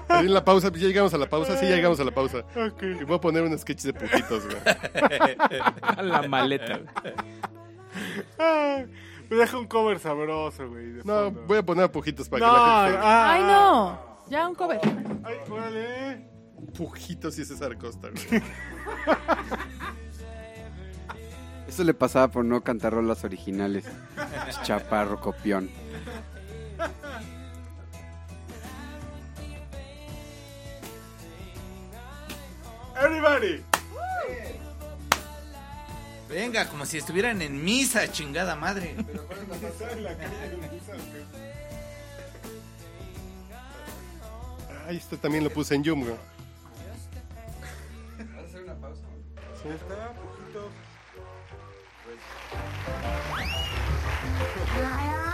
S3: En la pausa, ya llegamos a la pausa, sí, ya llegamos a la pausa. Y voy a poner un sketch de putitos, güey.
S6: A la maleta. güey.
S2: Ah, me deja un cover sabroso, güey. de
S3: No,
S2: fondo.
S3: voy a poner a pujitos para
S2: No,
S3: que la gente.
S2: ah,
S8: Ay, no. Ya un cover.
S2: Ay, órale.
S3: Pujitos y César Costa, güey.
S4: Eso le pasaba por no cantar rolas originales. Chaparro copión.
S2: Everybody.
S7: Venga, como si estuvieran en misa, chingada madre.
S3: Ay, este también lo puse en Yum, güey.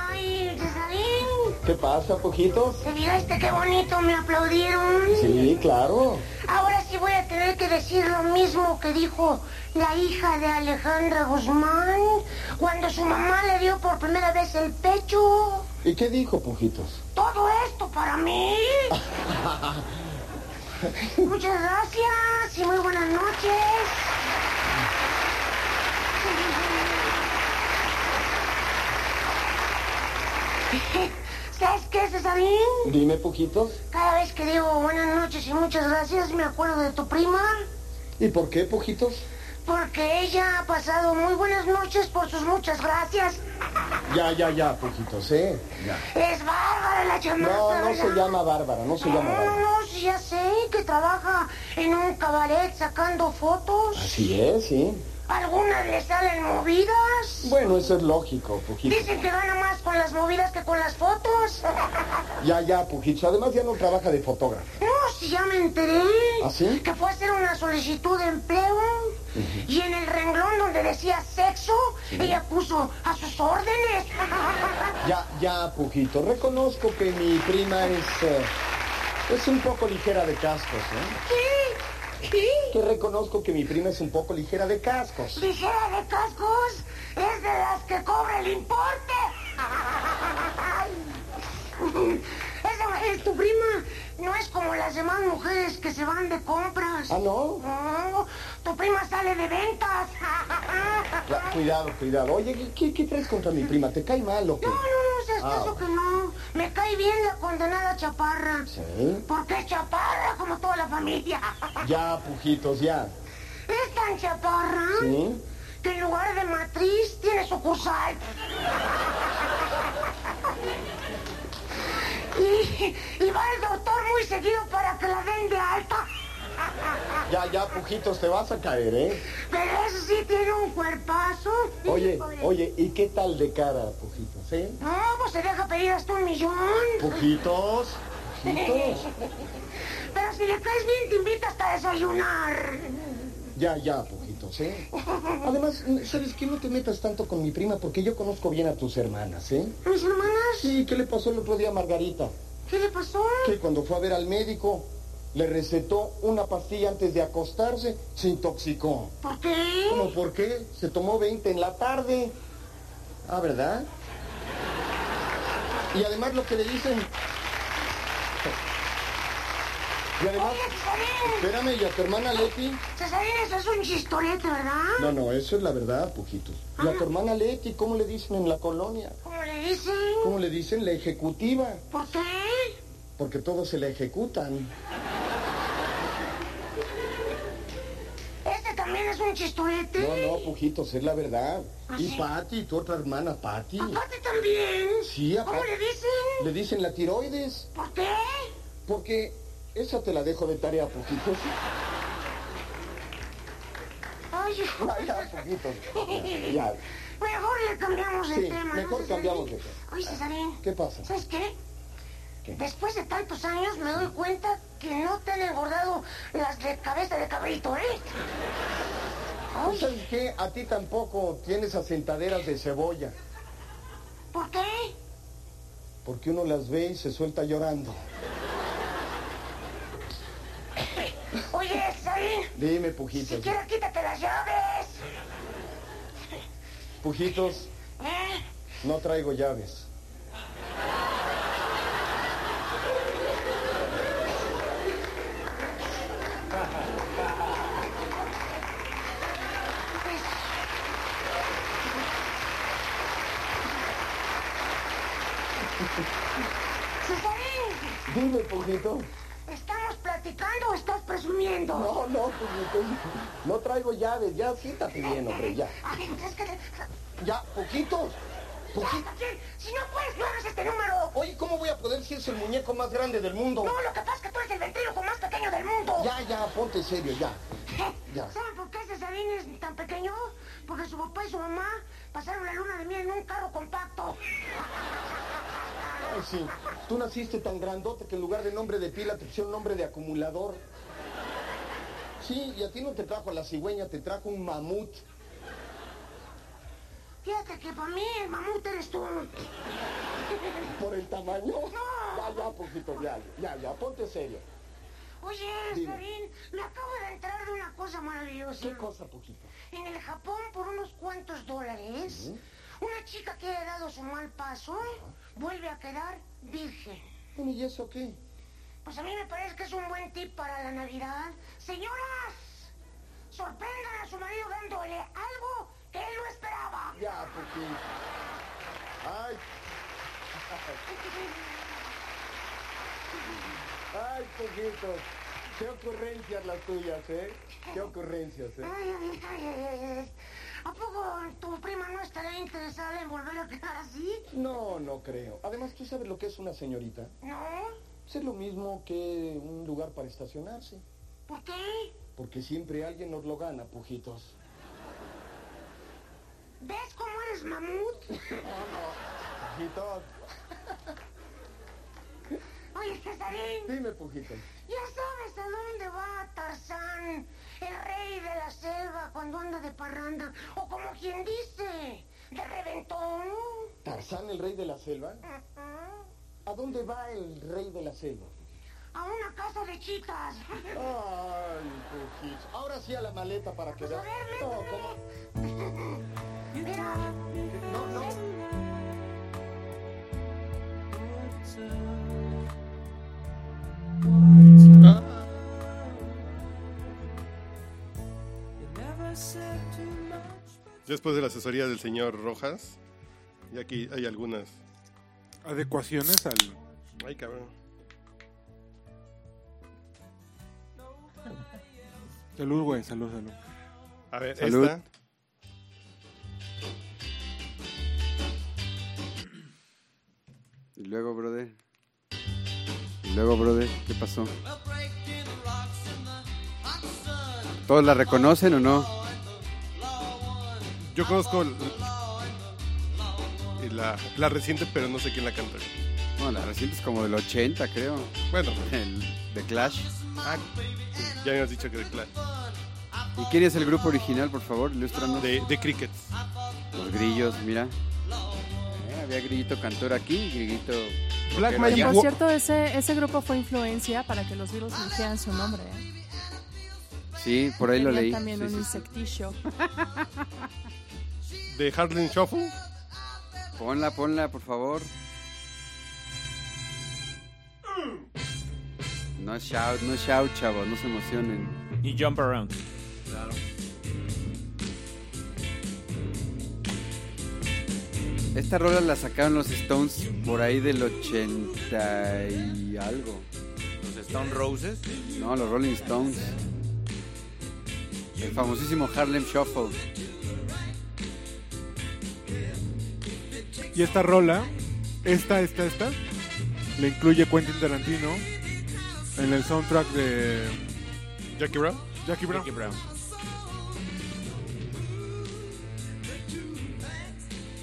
S11: Ay, Cesarín.
S12: ¿Qué pasa, poquitos?
S11: ¿Te fijaste qué bonito me aplaudieron?
S12: Sí, claro.
S11: Ahora sí voy a tener que decir lo mismo que dijo la hija de Alejandra Guzmán cuando su mamá le dio por primera vez el pecho.
S12: ¿Y qué dijo, Pujitos?
S11: Todo esto para mí. Muchas gracias y muy buenas noches. ¿Sabes qué, Cesarín?
S12: Dime, Pujitos.
S11: Cada vez que digo buenas noches y muchas gracias me acuerdo de tu prima
S12: ¿Y por qué, Pujitos?
S11: porque ella ha pasado muy buenas noches por sus muchas gracias.
S12: Ya, ya, ya, Pujitos, ¿eh? Ya.
S11: Es bárbara la chamaca.
S12: No, no se
S11: ¿verdad?
S12: llama Bárbara, no se
S11: No,
S12: llama
S11: no,
S12: Bárbara.
S11: no, sí, ya sé que trabaja en un cabaret sacando fotos.
S12: Así es, sí.
S11: Algunas le salen movidas.
S12: Bueno, eso es lógico, Pujitos.
S11: Dicen que gana más con las movidas que con las fotos.
S12: Ya, ya, Pujitos. Además, ya no trabaja de fotógrafo.
S11: No, si ya me enteré.
S12: ¿Ah, sí?
S11: Que fue a hacer una solicitud de empleo. Y en el renglón donde decía sexo, ella puso a sus órdenes.
S12: Ya, ya, Pujitos. Reconozco que mi prima es. eh, es un poco ligera de cascos, ¿eh?
S11: ¿Qué? ¿Qué?
S12: Que reconozco que mi prima es un poco ligera de cascos.
S11: Ligera de cascos es de las que cobra el importe. Esa es tu prima. No es como las demás mujeres que se van de compras.
S12: Ah, no.
S11: No, tu prima sale de ventas.
S12: Ya, cuidado, cuidado. Oye, ¿qué- ¿qué, qué traes contra mi prima? ¿Te cae mal o qué?
S11: No, no, no, seas
S12: Ah,
S11: caso que no. Me cae bien la condenada chaparra.
S12: Sí.
S11: Porque es chaparra como toda la familia.
S12: ¿Eh? Ya, pujitos, ya.
S11: Es tan chaparra
S12: ¿Sí?
S11: que en lugar de matriz tiene sucursal. Y, y va el doctor muy seguido para que la den de alta.
S12: Ya, ya, pujitos, te vas a caer, ¿eh?
S11: Pero eso sí tiene un cuerpazo.
S12: Oye,
S11: Híjole.
S12: oye, ¿y qué tal de cara, pujitos, eh?
S11: No, pues se deja pedir hasta un millón.
S12: Pujitos, pujitos.
S11: Pero si le caes bien, te invita hasta a desayunar.
S12: Ya, ya, pujitos, ¿eh? Además, ¿sabes qué? No te metas tanto con mi prima porque yo conozco bien a tus hermanas, ¿eh?
S11: ¿Mis hermanas?
S12: Sí, ¿qué le pasó el otro día a Margarita?
S11: ¿Qué le pasó?
S12: Que cuando fue a ver al médico, le recetó una pastilla antes de acostarse, se intoxicó.
S11: ¿Por qué?
S12: ¿Cómo por qué? Se tomó 20 en la tarde. Ah, ¿verdad? Y además lo que le dicen. Y además. Espérame, ¿y a tu hermana Leti?
S11: Cesarín, eso es un chistorete, ¿verdad?
S12: No, no, eso es la verdad, Pujitos.
S11: Ah.
S12: ¿Y a tu hermana Leti cómo le dicen en la colonia?
S11: ¿Cómo le dicen?
S12: ¿Cómo le dicen? La ejecutiva.
S11: ¿Por qué?
S12: Porque todos se la ejecutan.
S11: Este también es un chistorete.
S12: No, no, Pujitos, es la verdad.
S11: Ah,
S12: Y Patti, tu otra hermana Patti.
S11: Este también.
S12: Sí, a
S11: ¿Cómo
S12: Pati-
S11: le dicen?
S12: Le dicen la tiroides.
S11: ¿Por qué?
S12: Porque esa te la dejo de tarea, Pujitos.
S11: Ay,
S12: Ya, Pujitos. Ya.
S11: mejor le cambiamos de
S12: Sí,
S11: tema. ¿no,
S12: mejor
S11: Cesarín?
S12: cambiamos de tema.
S11: Oye, Cesarín,
S12: ¿Qué pasa?
S11: ¿sabes qué? Después de tantos años me doy cuenta que no te han engordado las de cabeza de cabrito, ¿eh?
S12: ¿Tú Pues, ¿Sabes qué? A ti tampoco tienes asentaderas de cebolla.
S11: ¿Por qué?
S12: Porque uno las ve y se suelta llorando.
S11: Oye, Cesarín,
S12: Dime, Pujitos.
S11: siquiera quítate las llaves,
S12: Pujitos,
S11: ¿eh?
S12: no traigo llaves.
S11: Cesarín,
S12: Dime, Pujito.
S11: ¿estamos platicando o estás presumiendo?
S12: No, no, Pujito. No traigo llaves. Ya, quítate bien, hombre, ya.
S11: Ay, es que...
S12: Ya, Pujitos. Pujitos.
S11: Si no puedes, no hagas este número.
S12: Oye, ¿cómo voy a poder si es el muñeco más grande del mundo?
S11: No, lo que pasa es que tú eres el ventríloco más pequeño del mundo.
S12: Ya, ya, ponte serio, ya. Ya.
S11: ¿Saben por qué Cesarín es tan pequeño? Porque su papá y su mamá pasaron la luna de miel en un carro compacto.
S12: Ay, sí. Tú naciste tan grandote que en lugar de nombre de pila te pusieron nombre de acumulador. Sí, y a ti no te trajo la cigüeña, te trajo un mamut.
S11: Fíjate que para mí el mamut eres tú.
S12: ¿Por el tamaño? Ya, ya, Pujito, ya, ya, ya, ponte serio.
S11: Oye,
S12: Dime.
S11: Cesarín, me acabo de entrar de una cosa maravillosa.
S12: ¿Qué cosa, Pujito?
S11: En el Japón, por unos cuantos dólares, una chica que ha dado su mal paso vuelve a quedar virgen.
S12: Bueno, ¿y eso qué?
S11: Pues a mí me parece que es un buen tip para la Navidad. Señoras, sorprendan a su marido dándole algo que él no esperaba.
S12: Ya, Pujito. Ay. Ay, Pujito. Qué ocurrencias las tuyas, ¿eh? Qué ocurrencias, ¿eh?
S11: Ay, ay, ay, ay, ay. ¿A poco tu prima no estará interesada en volver a quedar así?
S12: No, no creo. Además, ¿tú sabes lo que es una señorita?
S11: ¿No?
S12: Pues Es lo mismo que un lugar para estacionarse.
S11: ¿Por qué?
S12: Porque siempre alguien nos lo gana, pujitos.
S11: ¿Ves cómo eres mamut?
S12: Pujitos.
S11: Oye, Cesarín,
S12: Dime, pujitos.
S11: ya sabes a dónde va Tarzán, el rey de la selva cuando anda de parranda, o como quien dice, de reventón.
S12: ¿Tarzán, el rey de la selva?
S11: Ujú.
S12: ¿A dónde va el rey de la selva?
S11: A una casa de chicas.
S12: Ay, pujitos. Ahora sí a la maleta para que vea- No, ¿cómo?
S11: Mira,
S3: Ya después de la asesoría del señor Rojas, y aquí hay algunas.
S2: Adecuaciones al.
S3: Ay, cabrón.
S2: Salud, güey, salud, salud.
S3: A ver,
S2: Salud.
S3: esta.
S4: Y luego, brother. Y luego, brother, ¿qué pasó? ¿Todos la reconocen o no?
S3: Yo conozco l- y la, la reciente, pero no sé quién la canta.
S4: No, la reciente es como del 80, creo.
S3: Bueno.
S4: El The Clash.
S3: Ah, Ya me has dicho que de Clash.
S4: ¿Y quién es el grupo original, por favor? Ilústranos.
S3: De, de Crickets.
S4: Los grillos, mira. Eh, había grillito cantor aquí, grillito...
S3: Black
S4: rockero
S8: Que,
S4: allá.
S8: por cierto, ese, ese grupo fue influencia para que los virus eligieran su nombre. ¿eh?
S4: Sí, por ahí lo
S8: Tenían
S4: leí.
S8: también
S4: Sí,
S8: un
S4: sí, sí.
S8: insectillo.
S3: De Harlem Shuffle.
S4: Ponla, ponla, por favor. No shout, no shout, chavos, no se emocionen.
S6: Y jump around.
S4: Claro. Esta rola la sacaron los Stones por ahí del 80 y algo.
S7: ¿Los Stone Roses?
S4: No, los Rolling Stones. El famosísimo Harlem Shuffle.
S2: Y esta rola, esta, esta, esta, le incluye Quentin Tarantino en el soundtrack de
S3: Jackie Brown.
S2: Jackie Brown.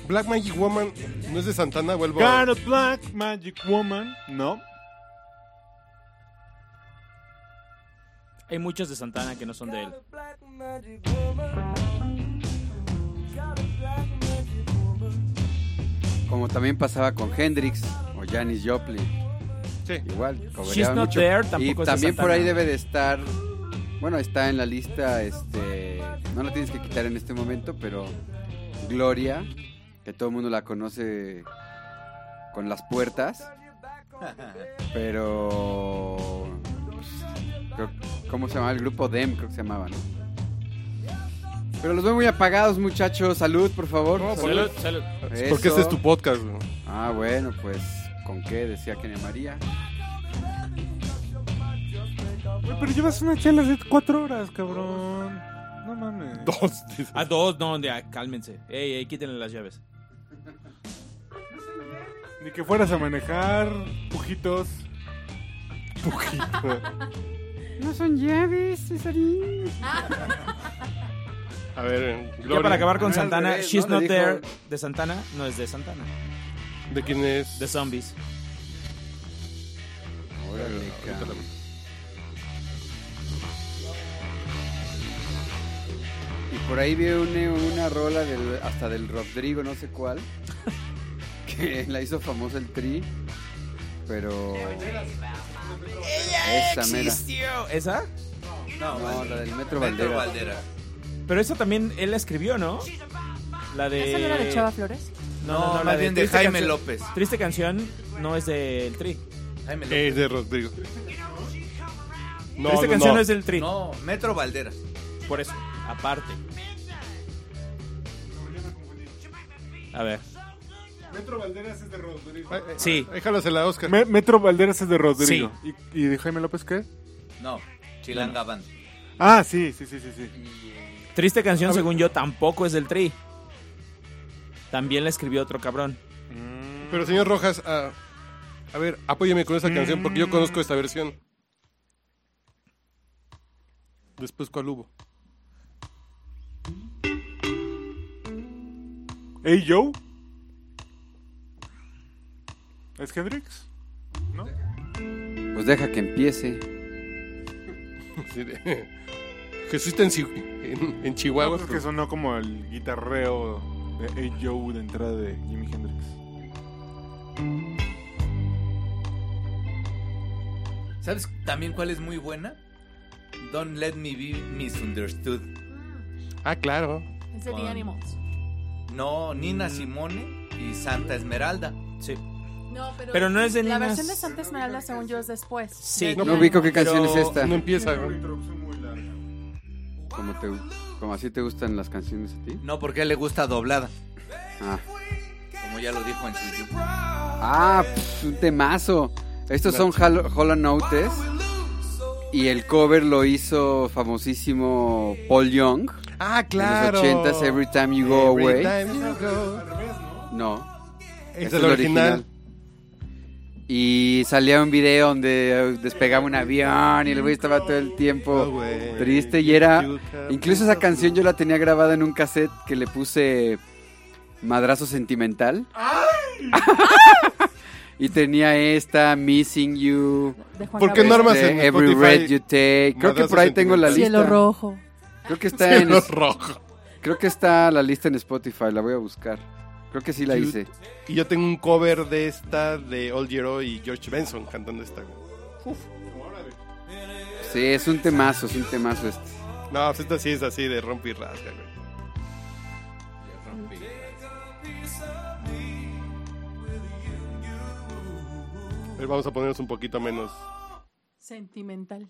S3: Black Magic Woman no es de Santana, vuelvo a...
S2: Got a Black Magic Woman. No.
S6: Hay muchos de Santana que no son de él.
S4: Como también pasaba con Hendrix o Janis Joplin. Igual, cobereaban
S6: She's Not
S4: mucho.
S6: There tampoco
S4: Y
S6: es de
S4: también por ahí
S6: Santana.
S4: debe de estar. Bueno, está en la lista, este. No la tienes que quitar en este momento, pero Gloria, que todo el mundo la conoce con las puertas. Pero. pues, creo- ¿Cómo se llamaba el grupo? Dem, creo que se llamaba, ¿no? Pero los veo muy apagados, muchachos. Salud, por favor.
S6: salud, salud.
S3: Es porque este es tu podcast, güey.
S4: Ah, bueno, pues. ¿Con qué? Decía Kenia María.
S2: Güey, pero llevas una chela de cuatro horas, cabrón. No mames.
S3: Dos.
S6: A dos, no, de, ah, cálmense. Ey, ey, quítenle las llaves.
S2: Ni que fueras a manejar pujitos. Pujito.
S10: No son llaves, Cesarín.
S3: Ah, A ver, eh,
S6: Ya
S3: Gloria.
S6: para acabar con
S3: Ah, al
S6: Santana,
S3: revés,
S6: She's
S3: ¿no?
S6: Not
S3: Le dijo-
S6: There de Santana no es de Santana.
S3: ¿De quién es?
S6: De Zombies.
S4: Órale,
S3: Ahorita la-
S4: Y por ahí viene una rola del, hasta del Rodrigo, no sé cuál, que la hizo famosa el Tri, pero... Ella
S6: existió. ¿Esa?
S7: No,
S4: No, la del Metro
S7: Metro
S4: Valdera.
S7: Valdera.
S6: Pero esa también él la escribió, ¿no? La de.
S8: ¿Esa no era de Chava Flores?
S6: No, no, no,
S7: No,
S6: la
S7: más bien de
S6: Triste
S7: Jaime López.
S6: Triste canción no es del Tri.
S7: Jaime López.
S3: Es de Rodrigo. No,
S6: Triste
S3: no,
S6: canción
S3: no.
S6: no es del Tri.
S7: No, Metro Valdera.
S6: Por eso, aparte. A ver.
S2: Metro Valderas es de Rodrigo.
S6: Sí.
S3: Déjalasela a Oscar.
S2: Metro Valderas es de Rodrigo. ¿Y, y de Jaime López qué?
S7: No, Chilanga Band.
S2: Ah, sí, sí, sí, sí. sí.
S6: Triste canción, según yo, tampoco es del Tri. También la escribió otro cabrón.
S3: Pero señor Rojas, ah, a ver, apóyeme con esa canción porque yo
S7: Mm.
S3: conozco esta versión. Después, ¿cuál hubo?
S2: Hey, Joe. ¿Es Hendrix?
S4: Pues deja que empiece.
S3: Sí, de- Jesús está en, Chi- en- en Chihuahua.
S2: Es que sonó como el guitarreo de Hey Joe de entrada de Jimi Hendrix.
S7: ¿Sabes también cuál es muy buena? Don't Let Me Be Misunderstood.
S3: Ah, claro.
S8: Es de The
S7: Con-
S8: Animals.
S7: No, Nina Simone y Santa Esmeralda.
S6: Mm. Sí.
S8: No, pero,
S7: Pero no es de
S8: La
S7: niñas.
S8: versión de Santa Esmeralda, según yo, es después.
S4: Sí,
S8: De
S4: no
S8: The
S4: ubico qué
S8: Animals.
S4: canción es esta.
S3: No empieza. güey.
S4: Como, te, como así te gustan las canciones a ti.
S7: No, porque a él le gusta doblada.
S4: Ah,
S7: Como ya lo dijo en su YouTube.
S4: Ah, pf, un temazo. Estos son Hall- Hollow Notes. Y el cover lo hizo famosísimo Paul Young.
S3: Ah,
S4: En los 80s, Every Time You Go
S3: Every
S4: Away.
S3: time you go.
S4: No.
S3: Es
S4: Este
S3: el original.
S4: Y salía un video donde eh, despegaba un avión y el güey estaba todo el tiempo triste y era... Incluso esa canción yo la tenía grabada en un cassette que le puse Madrazo Sentimental. y tenía esta, Missing You.
S8: De Juan
S3: ¿Por qué
S8: Gabriel.
S3: no armas
S4: este,
S3: en
S4: Every
S3: Spotify
S4: Breath You Take. Creo que
S3: Madrazo
S4: por ahí tengo la lista.
S8: Cielo rojo.
S4: Creo que está en...
S3: Cielo rojo.
S4: Creo que está la lista en Spotify, la voy a buscar. Creo que sí la
S3: Cute.
S4: hice.
S3: Y yo tengo un cover de esta de Old Giro y George Benson cantando esta. güey.
S4: Sí, es un temazo, es un temazo este.
S3: No, pues esta sí es así de rompe y rasga. güey. Pero vamos a ponernos un poquito menos.
S8: Sentimental.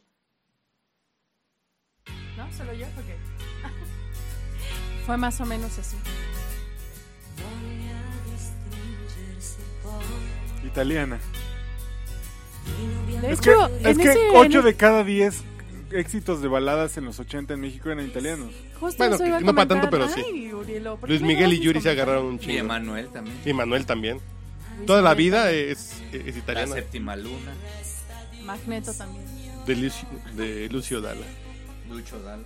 S8: ¿No? ¿Solo yo? Ok. Fue más o menos así.
S2: Italiana.
S8: De
S2: es que,
S8: hecho,
S2: es
S8: en
S2: que
S8: ese-
S2: 8
S8: en-
S2: de cada 10 éxitos de baladas en los 80 en México eran italianos.
S8: Justo Bueno, eso iba a
S3: no para
S8: comentar.
S3: tanto, pero
S8: Ay,
S3: sí.
S8: Urielo, ¿por qué
S3: Luis
S8: no
S3: Miguel y
S8: haces
S3: Yuri se agarraron un chingo.
S7: Y Emanuel también.
S3: Y Manuel también. Toda la vida es, es
S7: La
S3: italiana.
S7: séptima luna.
S8: Magneto también.
S3: De Lucio, de Lucio Dalla.
S7: Lucho Dal.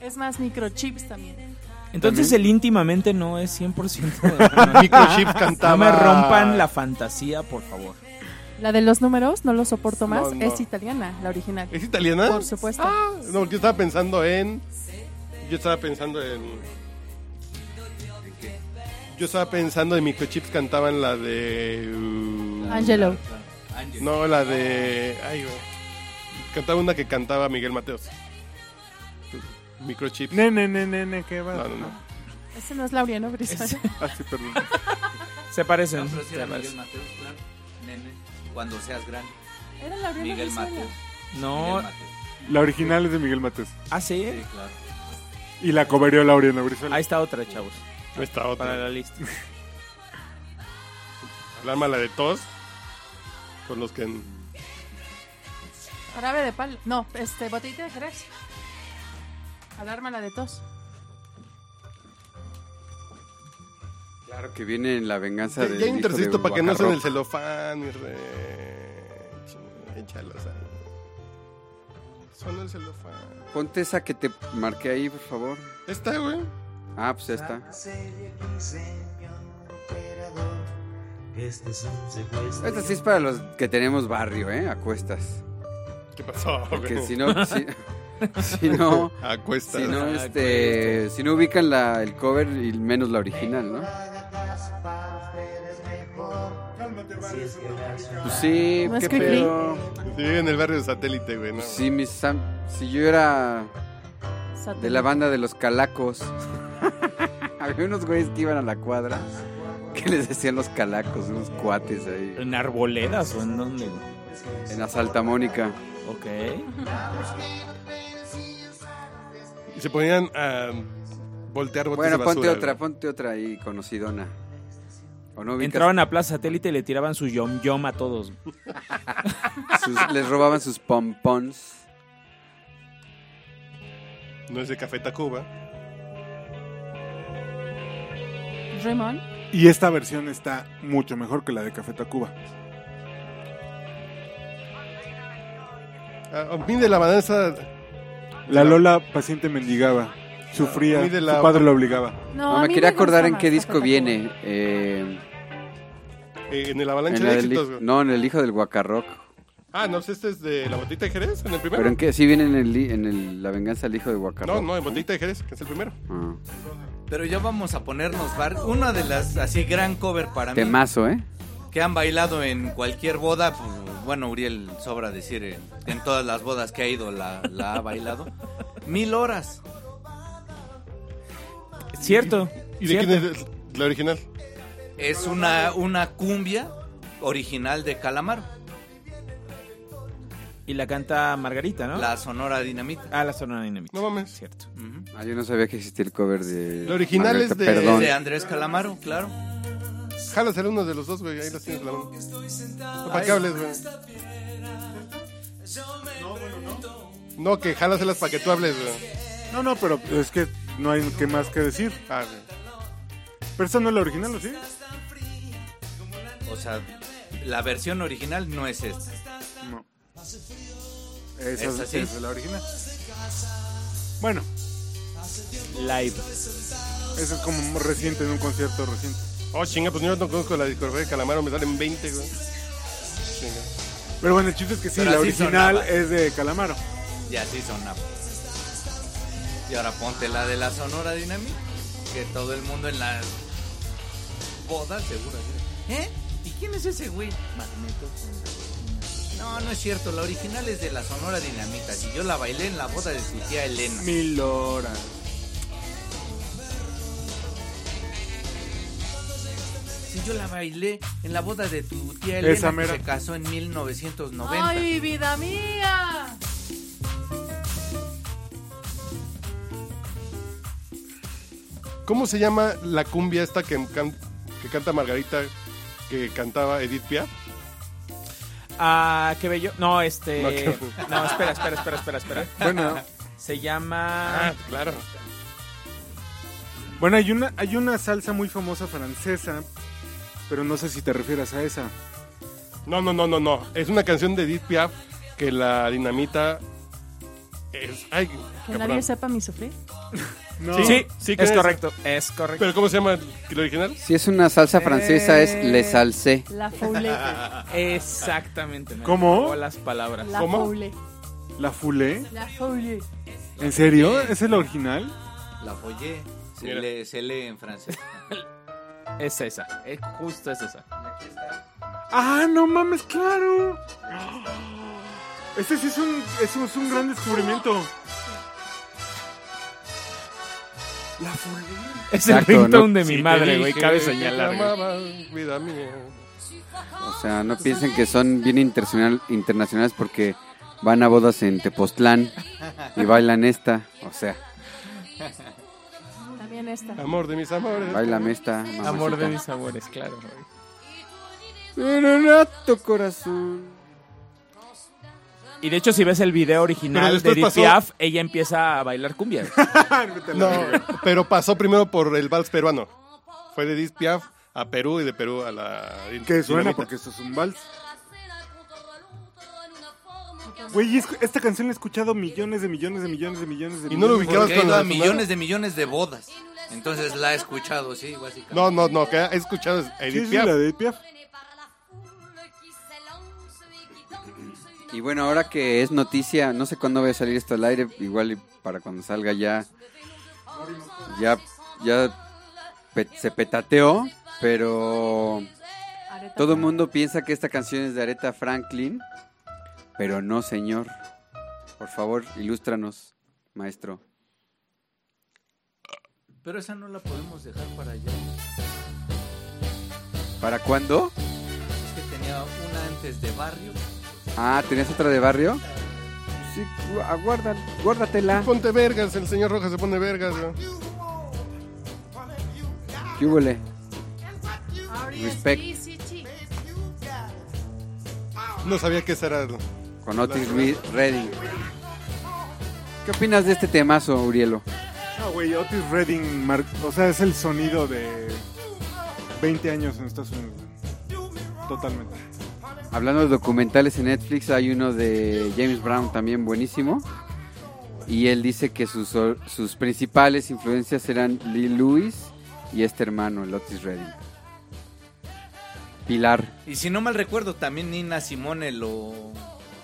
S8: Es más, microchips también.
S6: Entonces
S3: También.
S6: el íntimamente no es 100%. de-
S3: Microchip
S6: No
S3: cantaba-
S6: me rompan la fantasía, por favor.
S8: La de los números, no lo soporto
S3: No,
S8: más,
S3: no.
S8: es italiana, la original.
S3: ¿Es italiana? Ah.
S8: Por supuesto.
S2: Ah,
S3: No, porque yo estaba pensando en. Yo estaba pensando en. Yo estaba pensando en Microchips cantaban la de. uh,
S8: Angelo.
S3: No, la de. Ay, güey. Cantaba una que cantaba Miguel Mateos. Microchips.
S2: Ne, ne, ne, ne, ne, qué va.
S3: No, no, no.
S8: Ese no es Laureano Brizuela.
S2: Ah, sí, perdón.
S6: Se parecen.
S7: No, pero sí
S6: se
S7: era Miguel
S6: parecen.
S7: Mateos, claro. Nene, cuando seas grande.
S8: Era Laureano
S7: Miguel
S8: Brizuela.
S7: Mateos.
S6: No.
S2: La original es de Miguel Mates.
S6: Ah, sí.
S7: Sí, claro.
S2: Y la coverió Laureano Brizuela.
S6: Ahí está otra, chavos.
S3: Ahí está otra.
S6: Para la lista.
S3: La mala de tos. Con los que.
S8: Jarabe de palo. No, este, botellita de jerez. Alarma la de tos.
S4: Claro que viene en la venganza
S3: Ya,
S4: de.
S3: ya intersisto para que no sea en el celofán, mi rey. Ching, Échalos ahí. Suena el celofán.
S4: Ponte esa que te marqué ahí, por favor.
S3: Esta, güey.
S4: Ah, pues ya está. Este Esta Este sí es para los que tenemos barrio, ¿eh? A cuestas.
S3: ¿Qué pasó?
S4: Porque
S3: güey?
S4: si no, si, si no,
S3: A cuestas. Ah,
S4: si no,
S3: A
S4: este, si no ubican la, el cover y menos la original, ¿no? Pues sí,
S8: No es
S4: qué
S8: que creí.
S4: pedo.
S3: Sí, en el barrio de satélite, güey. No,
S4: Si mis sam- si yo era de la banda de los calacos, había unos güeyes que iban a la cuadra que les decían los calacos, unos cuates ahí.
S6: ¿En arboledas o en dónde?
S4: En la Salta Mónica.
S6: Ok.
S3: Y se ponían a voltear botes
S4: Bueno,
S3: de
S4: ponte
S3: basura,
S4: otra,
S3: güey.
S4: ponte otra ahí, conocidona. ¿O no ubicas?
S6: Entraban a Plaza Satélite y le tiraban su yom yom a todos.
S4: Sus- les robaban sus pompons.
S3: No es de Café Tacuba.
S8: Raymond.
S2: Y esta versión está mucho mejor que la de Café Tacuba.
S3: A a mí de la balanza.
S2: La Lola paciente mendigaba. Sufría,
S3: A mí de la-
S2: su padre la obligaba.
S8: No,
S4: No,
S8: a
S4: me
S8: mí
S4: quería
S8: me gusta
S4: acordar en
S8: más
S4: qué
S8: Café
S4: disco
S8: Tacuba.
S4: viene. eh,
S3: eh, en el
S4: en
S3: avalanche
S4: la
S3: de
S4: del
S3: éxitos,
S4: hij-
S3: güey.
S4: no, en el hijo del guacarroc.
S3: Ah, no, pues este es de la botita de Jerez, en el primero.
S4: Pero en qué, sí viene en, el, li- en el- la venganza del hijo del
S3: No,
S4: guacarroc.
S3: no, en botita de Jerez, que es el primero.
S4: Ah.
S7: Pero ya vamos a ponernos bar. Una de las así gran cover para mí.
S4: Temazo, ¿eh?
S7: que han bailado en cualquier boda, pues, bueno, Uriel sobra decir, eh, en todas las bodas que ha ido la, la ha bailado. Mil horas.
S6: Cierto.
S3: ¿Y de
S6: cierto.
S3: quién es la original?
S7: Es una, una cumbia original de Calamar,
S6: Y la canta Margarita, ¿no?
S7: la Sonora Dinamita.
S6: Ah, la Sonora Dinámica.
S3: No mames.
S6: Cierto.
S7: Ujú.
S4: Ah, yo no sabía que existía el cover de.
S3: La original
S4: Margarita,
S3: es de-
S4: Perdón.
S7: Es de Andrés Calamaro, claro.
S3: Jala ser uno de los dos, güey. Ahí las tienes la mano. No, ¿Para qué hables, güey? No, que jálaselas para que tú hables, güey.
S2: No, no, pero es que no hay que más que decir.
S3: Ah, güey.
S2: Pero esta no es la original, ¿o sí?
S7: O sea, la versión original no es esta.
S2: No. Esa
S7: ¿Es
S2: es,
S7: así?
S2: esa es la original. Bueno,
S6: Live.
S2: eso es como muy reciente en un concierto reciente.
S3: Oh, chinga, pues yo no conozco la discografía de Calamaro, me salen 20, güey. Chinga.
S2: Pero bueno, el chiste es que sí,
S7: Pero
S2: la
S7: así
S2: original
S7: sonaba.
S2: es de Calamaro.
S7: Y así sonaba. Y ahora ponte la de la Sonora Dinamita, que todo el mundo en las bodas seguro. así de, ¿Eh? ¿Y quién es ese güey? Magneto. No, no es cierto, la original es de la Sonora Dinamita. Si yo la bailé en la boda de su tía Elena.
S2: Mil horas.
S7: Sí, que yo la bailé en la boda de tu tía Elena
S2: Esa
S7: que
S2: mera.
S7: se casó en 1990.
S8: ¡Ay, vida mía!
S3: ¿Cómo se llama la cumbia esta que, can- que canta Margarita, que cantaba Edith Piaf?
S6: Ah, qué bello. No, este.
S3: No,
S6: No,
S3: qué-
S6: espera, espera, espera, espera, espera.
S2: Bueno.
S6: Se llama.
S3: Ah, claro.
S2: Bueno, hay una, hay una salsa muy famosa francesa, pero no sé si te refieras a esa.
S3: No, no, no, no, no. Es una canción de Edith Piaf que la dinamita es. Ay,
S8: Que
S3: cabrón.
S8: nadie sepa mi sufrir.
S3: Sí, sí, que
S6: es correcto, es correcto.
S3: ¿Pero cómo se llama el original?
S4: Si es una
S8: Eh.
S4: salsa francesa, es le salsé.
S8: La foule.
S6: Exactamente. me
S2: ¿Cómo?
S6: robó las palabras.
S8: La foule.
S2: ¿La Fulé?
S8: La foule.
S2: ¿En serio? ¿Es el original?
S7: La follé. Se
S6: Mira.
S7: lee, se lee en francés.
S6: Es esa. eh, justo es esa.
S2: ¡Ah, no mames, claro! Este sí es un, es un, es un gran descubrimiento. La Fulé.
S6: Es el
S4: Exacto,
S6: ringtone
S4: ¿no?
S6: de mi
S4: Sí,
S6: madre,
S4: te
S6: güey.
S4: dije
S6: Cabe
S4: que
S6: señalar. güey.
S3: Amaba, vida mía.
S4: O sea, no piensen que son bien internacional, internacionales porque van a bodas en Tepoztlán y bailan esta. O sea,
S8: También esta.
S3: Amor de mis amores.
S4: bailame esta. mamacita.
S6: Amor de mis amores, claro. güey.
S4: Serenato, corazón.
S6: Y de hecho, si ves el
S3: Pero
S6: video original de
S3: después
S6: Edith
S3: pasó-
S6: Piaf, ella empieza a bailar cumbia. güey.
S3: No, pero pasó primero por el vals peruano. Fue de Edith Piaf a Perú y de Perú a la.
S2: Que suena
S3: dinamita.
S2: porque esto es un vals. Güey, es- esta canción la he escuchado millones de millones de millones de millones de millones.
S3: Y no lo ubicabas
S7: Porque he
S3: con
S7: ido
S3: la
S7: a
S3: de tu
S7: millones de millones de bodas. Entonces la he escuchado, sí, básicamente.
S3: No, no, no, que he escuchado a
S2: Sí,
S3: Edith
S2: sí,
S3: Piaf.
S2: la de Piaf.
S4: Y bueno, ahora que es noticia, no sé cuándo va a salir esto al aire, igual y para cuando salga ya. Ya, ya pe- se petateó, pero todo el mundo piensa que esta canción es de Aretha Franklin, pero no, señor. Por favor, ilústranos, maestro.
S7: Pero esa no la podemos dejar para allá.
S4: ¿Para cuándo?
S7: Es que tenía una antes de barrio.
S4: Ah, ¿tenías otra de barrio? Sí, aguarda, guárdatela.
S3: Ponte vergas, el señor Rojas se pone vergas. ¿no?
S4: ¿Qué hubole? Respect.
S9: Respect.
S3: No sabía que esa era.
S4: Con Otis Re- Redding. ¿Qué opinas de este temazo, Urielo?
S2: Ah, güey, Otis Redding, mar- o sea, es el sonido de 20 años en Estados Unidos. güey. Totalmente.
S4: Hablando de documentales en Netflix, hay uno de James Brown también buenísimo. Y él dice que sus, or- sus principales influencias eran Lee Lewis y este hermano, el Otis Redding. Pilar.
S7: Y si no mal recuerdo, también Nina Simone lo.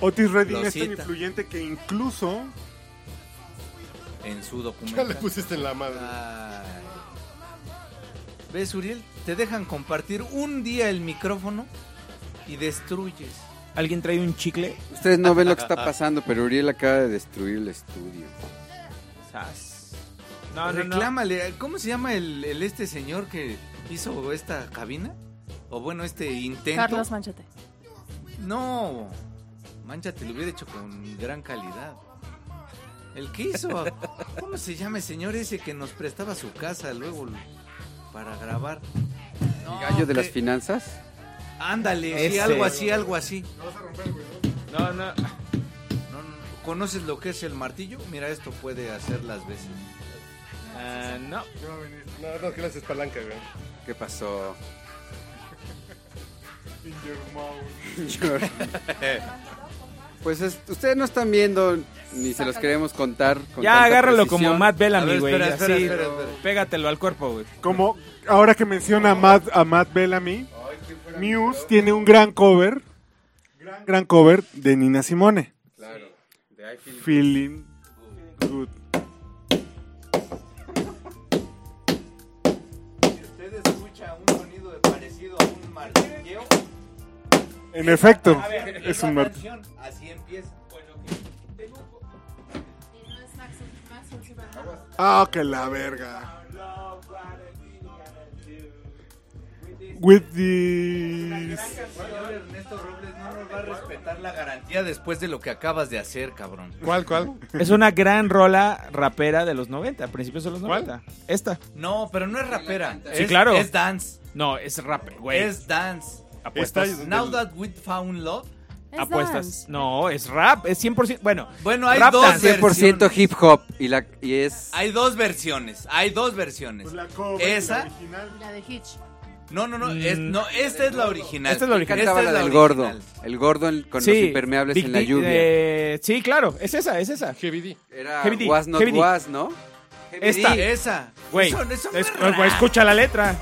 S2: Otis Redding
S7: Lo
S3: este
S2: es tan
S7: cita.
S2: influyente que incluso
S7: en su
S3: Ya
S7: documental.
S3: le pusiste en la madre.
S7: Ay. ¿Ves, Uriel? Te dejan compartir un día el micrófono y destruyes.
S6: ¿Alguien trae un chicle?
S4: Ustedes no ven lo que está pasando, pero Uriel acaba de destruir el estudio.
S6: Sas. No, no, no.
S7: Reclámale. ¿Cómo se llama el, el este señor que hizo esta cabina? O bueno, este intento.
S8: Carlos Manchete.
S7: No. Manchate, lo hubiera hecho con gran calidad. El que hizo. ¿Cómo se llama el señor ese que nos prestaba su casa luego para grabar? No,
S4: ¿El gallo de las
S7: que-
S4: finanzas?
S7: Ándale, Eh, sí,
S6: Ese.
S7: algo así, algo así.
S6: No, no.
S7: No, no, no. ¿Conoces lo que es el martillo? Mira, esto puede hacer las veces.
S6: Ah, no.
S3: No, no, que le haces palanca, güey.
S4: ¿Qué pasó? Pues es- ustedes no están viendo ni se los queremos contar. Con
S6: Ya
S4: tanta
S6: agárralo
S4: precisión.
S6: como Matt
S7: A
S6: Bellamy,
S7: ver,
S6: güey.
S7: espera, espera,
S6: así,
S7: espera, espera.
S6: Pégatelo al cuerpo, güey.
S2: como ahora que menciona a Matt, a Matt Bellamy, Muse tiene un gran cover, gran, gran cover de Nina Simone. Feeling good.
S7: Usted escucha un sonido de parecido a un martillo.
S2: En efecto, es un mar-
S7: Así empieza.
S2: Ah, que la verga. with this.
S7: Ernesto Robles no nos va a respetar la garantía después de lo que acabas de hacer, cabrón.
S3: ¿Cuál, cuál?
S6: Es una gran rola rapera de los 90, principios de los 90. Esta.
S7: No, pero no es rapera.
S6: Sí,
S7: Es-
S6: claro.
S7: Es dance.
S6: No, es rap, güey.
S7: Es dance.
S6: Apuestas. Esta es
S7: Now
S6: del-
S7: that we found love.
S6: Apuestas. No, es rap, es 100%. Bueno,
S7: Bueno, hay
S6: rap
S7: dos
S6: dance.
S4: 100% hip hop y, la, y es...
S7: Hay dos versiones. Hay dos versiones.
S4: Pues
S7: Esa.
S9: La de Hitch.
S7: No, no, no. es- no,
S4: Mm.
S7: esta es la original.
S4: Esta es la original.
S7: Esta
S4: Cantaba la
S7: es la
S4: del
S7: original.
S4: gordo. El gordo en- con los
S6: Sí,
S4: impermeables
S6: Big
S4: en la
S6: D,
S4: lluvia.
S6: eh, sí, claro, es esa, es esa.
S3: Heavy D.
S4: Era
S6: Heavy D,
S4: Was Not
S6: Heavy D.
S4: Was, ¿no? Heavy
S6: Esta.
S4: D.
S7: Esa.
S6: Güey,
S7: Eso- eso no
S6: es-
S7: es rap.
S6: escucha la letra.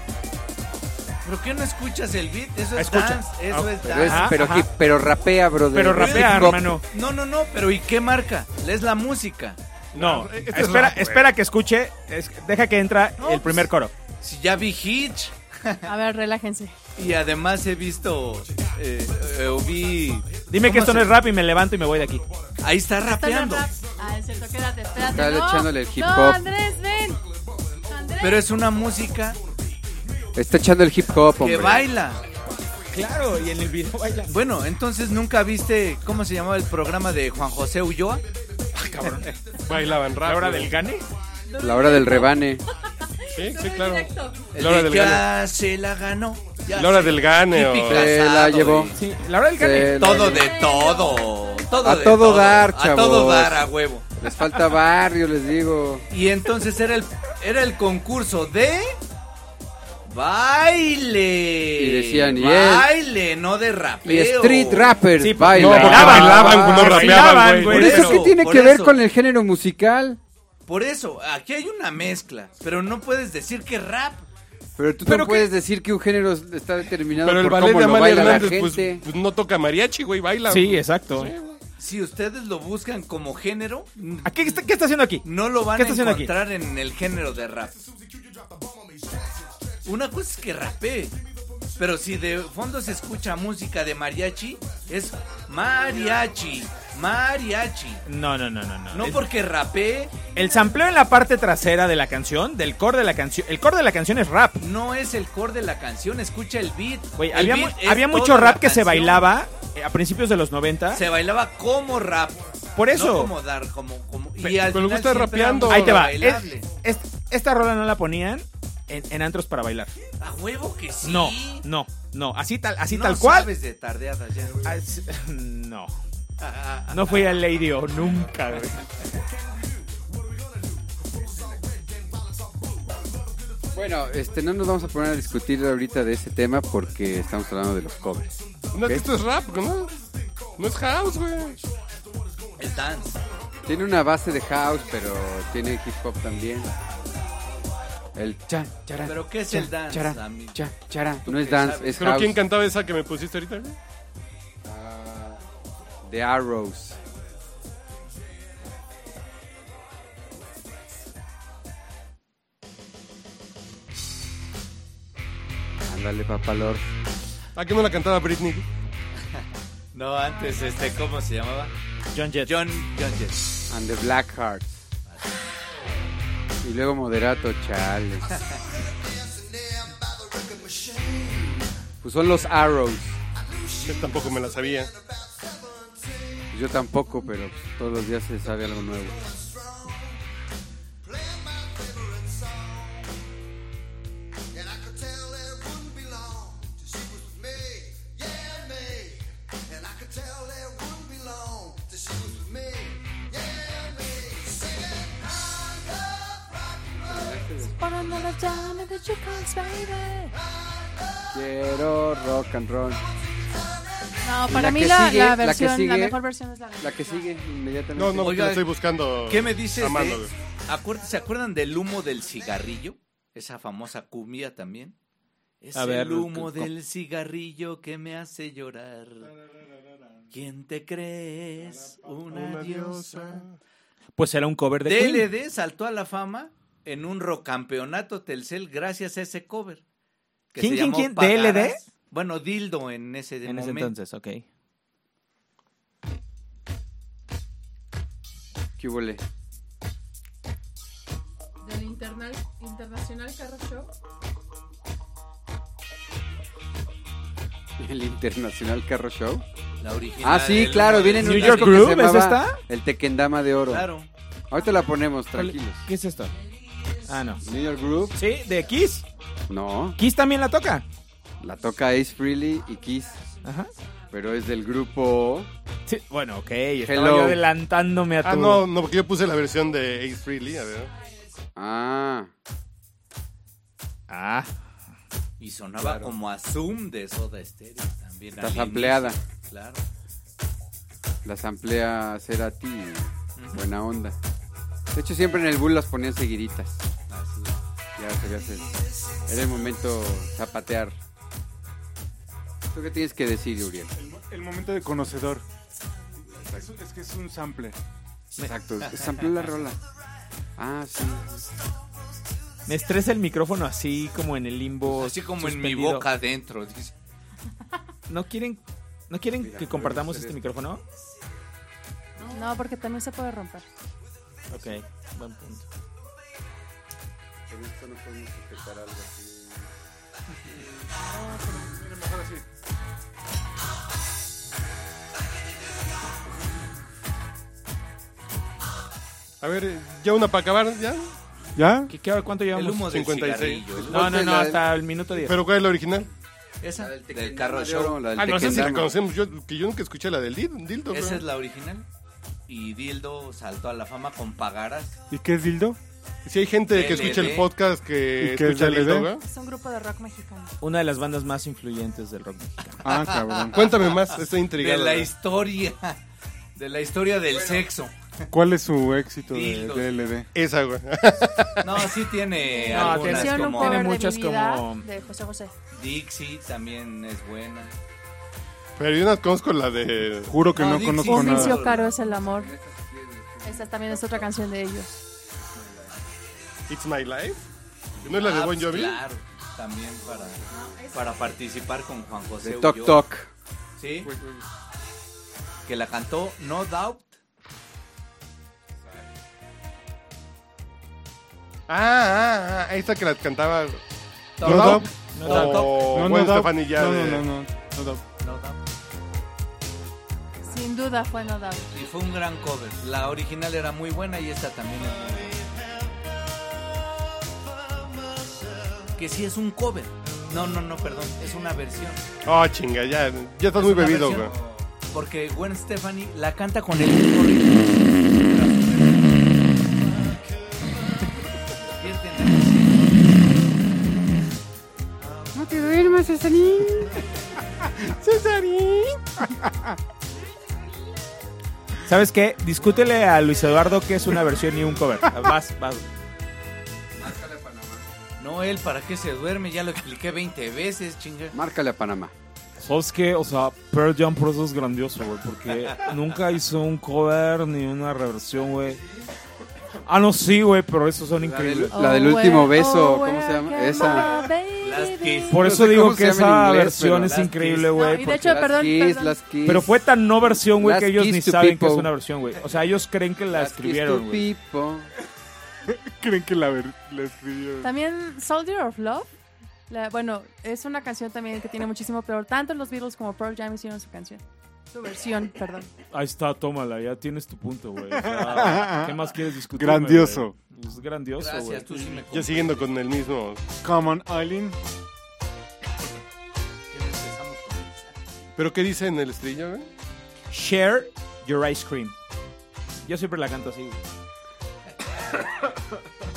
S7: ¿Por qué no escuchas el beat? Eso es
S6: Escucha.
S7: dance. Eso
S6: Ah,
S7: es
S4: Pero,
S7: dance.
S4: es- pero, hip- pero rapea, brother.
S6: Pero rapea,
S4: Hip hop.
S6: hermano.
S7: No, no, no. Pero ¿y qué marca? Es la música.
S6: No,
S7: Este es
S6: espera,
S7: rap, güey.
S6: espera que escuche, es- deja que entra el primer coro.
S7: Si ya vi Hitch.
S8: A ver, relájense.
S7: Y además he visto. eh, eh, vi.
S6: Dime que esto no es rap y me levanto y me voy de aquí.
S7: Ahí
S9: Está
S7: está
S9: en el
S7: rapeando.
S9: rap. Ah, es cierto, quédate, espérate.
S4: Está
S9: no,
S4: echándole el hip
S9: No,
S4: hop.
S9: Andrés, ven. Andrés.
S7: Pero es una música
S4: Está echando el hip hop,
S7: que
S4: hombre.
S7: baila.
S6: Claro, y en el video baila.
S7: Bueno, entonces nunca viste. ¿Cómo se llamaba el programa de Juan José Ulloa?
S6: Ah, cabrón.
S3: Bailaban rap.
S6: ¿La hora
S3: güey.
S6: del gane?
S4: La hora del rebane.
S3: Sí, sí, claro.
S7: El
S3: La hora
S7: de
S3: del
S7: ya
S3: gane.
S7: se la ganó. ya
S3: La hora
S7: se-
S3: del gane. o-
S7: Típica.
S4: Se la
S7: Casado,
S4: llevó.
S7: güey.
S6: Sí, la hora del
S4: Se
S6: gane.
S4: la-
S7: Todo de todo. todo
S4: A
S7: de
S4: todo dar,
S7: A todo
S4: chavos.
S7: dar, a huevo.
S4: Les falta barrio, les digo.
S7: Y entonces era el, era el concurso de baile.
S4: Y decían, y él-
S7: baile, no de rapeo.
S4: Y street rappers
S6: Sí,
S4: baila.
S3: No, porque
S6: Bailaban.
S3: bailaban, no
S6: Bailaban,
S3: rapeaban,
S4: Por
S3: güey.
S6: güey.
S4: eso, ¿qué
S7: Pero-
S4: tiene
S7: por
S4: que ver
S7: eso.
S4: con el género musical?
S7: Por eso, aquí hay una mezcla, pero no puedes decir que rap.
S4: Pero tú
S6: Pero
S4: no
S6: qué-
S4: puedes decir que un género está determinado
S3: Pero el
S4: por
S3: ballet
S4: cómo
S3: de
S4: lo
S3: Amalia
S4: baila la
S3: Hernández, pues,
S4: gente.
S3: pues, no toca mariachi, güey, baila.
S6: Sí, exacto.
S7: Si ustedes lo buscan como género,
S6: ¿A qué, está, qué está haciendo aquí?
S7: no lo van
S6: ¿Qué
S7: a
S6: está haciendo aquí?
S7: encontrar en el género de rap. Una cosa es que rapee, pero si de fondo se escucha música de mariachi, es mariachi, mariachi.
S6: No, no, no, no, no.
S7: No
S6: Es-
S7: porque rapee,
S6: El sampleo en la parte trasera de la canción, del core de la canción. El core de la canción es rap.
S7: no es el core de la canción, escucha el beat.
S6: Güey,
S7: El
S6: había,
S7: beat
S6: mu-
S7: es
S6: había mucho
S7: toda
S6: rap
S7: la
S6: que se
S7: canción.
S6: bailaba eh, a principios de los 90.
S7: Se bailaba como rap.
S6: Por eso.
S7: No como dar, como. como y al
S3: pero le gusta
S7: final siempre era
S3: rapeando.
S7: música
S6: Ahí te va.
S7: bailable.
S6: Es- es- esta rola no la ponían en, en antros para bailar.
S7: A huevo que sí.
S6: No, no, no. Así tal, así
S7: No
S6: tal cual.
S7: sabes de tardeadas ya.
S6: Así- no. No fui a Lady O nunca, güey.
S4: Bueno, este, no nos vamos a poner a discutir ahorita de ese tema porque estamos hablando de los covers.
S3: No, que esto es rap, ¿no? No es house, güey.
S7: El dance.
S4: Tiene una base de house, pero tiene hip hop también. El cha, chara,
S7: ¿Pero qué es
S4: cha,
S7: el dance,
S4: chara,
S7: amigo?
S4: cha, chara. No
S7: qué
S4: es dance,
S7: sabes?
S4: es
S3: Pero
S4: house.
S3: ¿quién cantaba esa que me pusiste ahorita, güey?
S4: Ah, The Arrows. Ándale, papalor.
S3: ¿A qué Ah, no la cantaba Britney?
S7: No, antes, este, ¿cómo se llamaba?
S6: John Jett.
S7: John, John Jett.
S4: And the Black Hearts. Y luego moderato, chales. Pues son los Arrows.
S3: Yo tampoco me la sabía.
S4: Pues Yo tampoco, pero pues, todos los días se sabe algo nuevo.
S9: Pon another dime in the jukebox, baby.
S4: Quiero rock and roll.
S8: No,
S4: Y
S8: para
S4: la
S8: mí
S4: que
S8: la,
S4: sigue,
S8: la
S4: la que
S8: versión, la,
S4: sigue.
S8: mejor versión es la
S4: La que sigue inmediatamente.
S3: No, no, porque
S7: Oiga,
S3: la estoy buscando.
S7: ¿Qué me dices?
S3: a mano,
S7: de-
S3: güey.
S7: acuer- ¿Se acuerdan del humo del cigarrillo? Esa famosa cumbia también. Es
S6: A ver,
S7: el humo
S4: ¿cómo?
S7: del cigarrillo que me hace llorar. ¿Quién te crees? Una diosa.
S6: Pues era un cover de Queen.
S7: DLD saltó a la fama en un rocampeonato Telcel gracias a ese cover. que
S6: ¿Quién,
S7: se
S6: quién,
S7: llamó
S6: quién?
S7: Pagaras.
S6: ¿DLD?
S7: Bueno, Dildo en ese
S6: En ese
S7: momento.
S6: entonces, ok.
S4: ¿Qué huele?
S9: del internal, Internacional Carro Show.
S4: El Internacional Carro Show.
S7: La original.
S4: Ah, sí, claro, viene en un
S6: New York
S4: disco que
S6: Groove,
S4: se
S6: ¿es
S4: llamaba
S6: esta?
S4: El Tequendama de Oro.
S6: Claro.
S4: Ahorita la ponemos, tranquilos.
S6: ¿Qué es esto? Ah, no.
S4: New York Groove.
S6: Sí, de Kiss.
S4: No,
S6: Kiss también la toca.
S4: la toca Ace Freely y Kiss.
S6: Ajá.
S4: Pero es del grupo...
S6: Sí, bueno, ok. Estaba
S4: Hello.
S6: yo adelantándome a tu...
S3: Ah, no, no, porque yo puse la versión de Ace Freely, a ver.
S4: Ah,
S6: Ah.
S7: Y sonaba
S4: Claro.
S7: como a Zoom de Soda Stereo también.
S4: Está
S7: al
S4: sampleada.
S7: inicio. Claro.
S4: las amplía Cerati. Buena onda. De hecho, siempre en el bull las ponían seguiditas.
S7: Así.
S4: Ya se ve hacer. Era el momento zapatear. ¿Tú qué tienes que decir, Uriel?
S2: El momento de conocedor. Es, es que es un sample.
S4: Exacto. Sample la rola. Ah, sí.
S6: Me estresa el micrófono así como en el limbo.
S3: Pues
S7: Así como en mi
S6: suspendido.
S7: boca adentro. dice.
S6: ¿No quieren, no quieren que compartamos este micrófono?
S8: No, porque también se puede romper.
S6: Ok, buen punto.
S4: Pero esto no podemos sujetar algo así.
S3: A ver, eh, ya una para acabar, ya.
S2: ¿Ya?
S6: ¿Qué, qué, cuánto llevamos?
S7: humo del
S3: 56.
S7: cigarrillo.
S6: No, no, no, hasta el minuto 10.
S3: ¿Pero cuál es la original?
S7: Esa.
S4: Pues del
S7: Del carro
S4: de oro,
S7: show.
S4: la del
S3: Ah, no sé si la
S4: Tequendama.
S3: conocemos. Yo, que yo nunca escuché la del Dil- Dildo.
S7: Esa
S3: creo.
S7: es la original. Y Dildo saltó a la fama con Pagaras.
S2: ¿Y qué es dildo?
S3: Si hay gente que
S7: LD.
S3: escucha el podcast que
S2: ¿Y qué es
S3: escucha el
S2: LD?
S3: Dildo, ¿verdad?
S8: Es un grupo de rock mexicano.
S6: Una de las bandas más influyentes del rock mexicano.
S2: Ah, cabrón.
S3: Cuéntame más, estoy
S7: De
S3: intrigado.
S7: la historia. De la historia del sexo.
S2: ¿Cuál es su éxito de,
S7: Dildos.
S2: de LD?
S3: Esa, güey.
S7: No, sí tiene
S6: No,
S7: algunas
S6: tiene-
S8: Hicieron un
S7: como
S8: cover de
S6: muchas
S8: mi vida
S6: como-
S8: de José José.
S7: Dixie también es buena.
S3: Pero yo no conozco la de... Ah,
S2: Juro que
S7: No,
S2: no,
S7: Dixie.
S2: conozco
S8: Un
S7: Una-
S2: nada.
S8: vicio caro es el amor. Esa también es otra canción de ellos.
S3: It's My Life. ¿No es la
S7: Ah,
S3: de Bon
S7: pues,
S3: Jovi?
S7: Claro, también para, para participar con Juan José.
S4: De
S7: Ulloa.
S4: Tok Tok.
S7: Sí. Que la cantó No Doubt.
S3: Ah, ah, ah, esa que la cantaba...
S7: No,
S2: No,
S7: Doubt.
S3: No,
S7: No, no,
S2: No,
S3: Gwen
S2: no, da-
S3: Stefani ya
S2: no,
S3: de-
S2: no, no, no, no da-
S7: No Doubt.
S8: Sin duda fue No Doubt.
S7: Y fue un gran cover. La original era muy buena y esta también es muy buena. Que sí es un cover. No, no, no, perdón. Es una versión.
S3: Oh, chinga, ya, ya estás muy
S7: una
S3: bebido, güey.
S7: versión, Porque Gwen Stefani la canta con el mismo ritmo. Y es de-
S10: No te duermas, Cesarín. Cesarín.
S6: ¿Sabes qué? Discútele a Luis Eduardo que es una versión y un cover. Vas, vas.
S7: No, él, ¿para qué se duerme? Ya lo expliqué 20 veces, chinga.
S4: Márcale a Panamá.
S5: ¿Sabes qué? O sea, Pearl Jam por eso es grandioso, güey. Porque nunca hizo un cover ni una reversión, güey. Ah, no, sí, güey, pero esos son
S4: La del,
S5: increíbles.
S4: la del último beso, ¿cómo se
S8: Oh,
S4: llama?
S8: where
S4: Esa.
S8: can my baby
S7: Las que-
S5: Por
S4: no
S5: eso
S4: sé
S5: digo
S4: cómo
S5: que
S4: se llama en
S5: esa
S4: inglés,
S5: versión
S4: pero
S5: es
S7: las
S5: increíble,
S8: No,
S5: güey.
S8: y de
S5: porque-
S8: hecho, perdón,
S4: Kiss,
S8: perdón.
S4: las Kiss.
S5: Pero fue tan no versión, güey,
S4: Las
S5: que ellos
S4: Kiss
S5: ni
S4: to
S5: saben que es
S4: People.
S5: una versión, güey. O sea, ellos creen que la
S4: Las Kiss
S5: escribieron,
S4: to
S5: güey.
S4: People.
S2: Creen que la, ver- la escribió.
S8: También Soldier of Love. La- bueno, es una canción también que tiene muchísimo peor. Tanto los Beatles como Pearl Jam hicieron su canción. Su versión, perdón.
S5: Ahí está, tómala, ya tienes tu punto, güey. O sea, ¿Qué más quieres discutir?
S2: Grandioso.
S5: güey? Es grandioso, güey.
S7: Gracias, tú sí me
S3: Ya siguiendo con el mismo...
S2: Common Island.
S7: Empezamos con esa.
S3: ¿Pero qué dice en el estribillo, güey?
S6: Share your ice cream. Yo siempre la canto así. güey.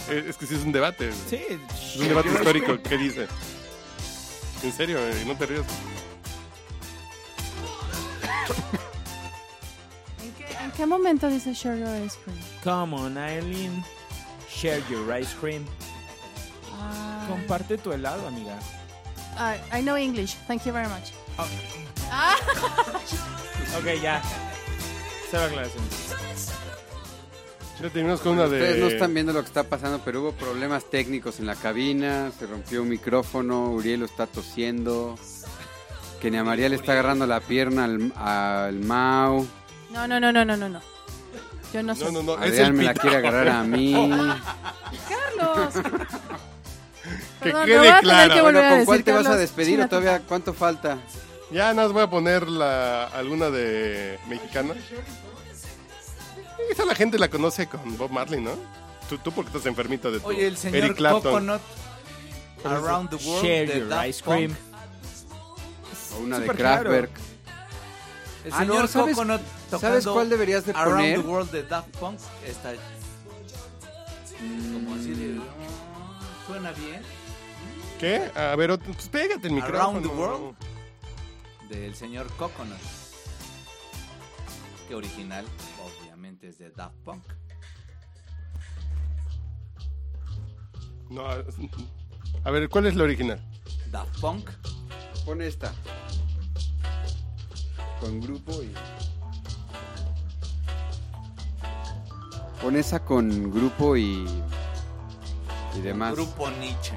S3: Eh, Es que sí es un debate, güey.
S6: Sí.
S3: Es un debate histórico, ¿qué dice? En serio, eh, no te rías.
S8: ¿En qué, en qué momento dice Share Your Ice Cream?
S6: Come on, Eileen. Share your ice cream.
S8: Ah,
S6: Comparte tu helado, amiga.
S8: I, I know English. Thank you very much.
S6: Ok, ya. Cero aclaraciones.
S3: Ya terminamos con una de...
S4: Ustedes no están viendo lo que está pasando, pero hubo problemas técnicos en la cabina, se rompió un micrófono, Uriel lo está tosiendo, Kenia María le está agarrando la pierna al, al Mau,
S8: No, no, no, no, no, no. no. Yo no sé.
S3: No, no, no, es el
S4: Adrián me la
S3: pito.
S4: quiere agarrar a mí.
S8: Carlos.
S3: Que
S8: Perdón, me
S3: quede
S8: voy a tener
S3: claro.
S8: que volver
S4: Bueno,
S8: a
S4: ¿con
S8: decir,
S4: cuál te vas a
S8: Carlos,
S4: despedir
S8: chinga
S4: o
S8: tu
S4: todavía cuánto falta?
S3: Ya nada más voy a poner la, alguna de mexicana. Esa la gente la conoce con Bob Marley, ¿no? Tú, tú porque estás enfermito de tu
S7: Oye, el señor
S3: Eric Clapton.
S7: Coconut Around the World
S6: Share
S7: de
S6: your
S7: Daft
S6: ice cream.
S7: Punk.
S4: O una de
S7: Súper
S4: Kraftwerk.
S7: raro. El
S4: Ah,
S7: señor
S4: no, ¿sabes-
S7: Coconut
S4: ¿sabes
S7: tocando
S4: cuál deberías de poner?
S7: Around the World de Daft Punk está como así de suena bien
S3: ¿Qué? A ver, ot- pues pégate el micrófono.
S7: Around the World del señor Coconut. Que original obviamente es de Daft Punk.
S3: No, a ver, ¿cuál es la original?
S7: Daft Punk.
S4: Pon esta. Con grupo y. Pon esa con grupo y. Y demás.
S7: Grupo Nietzsche.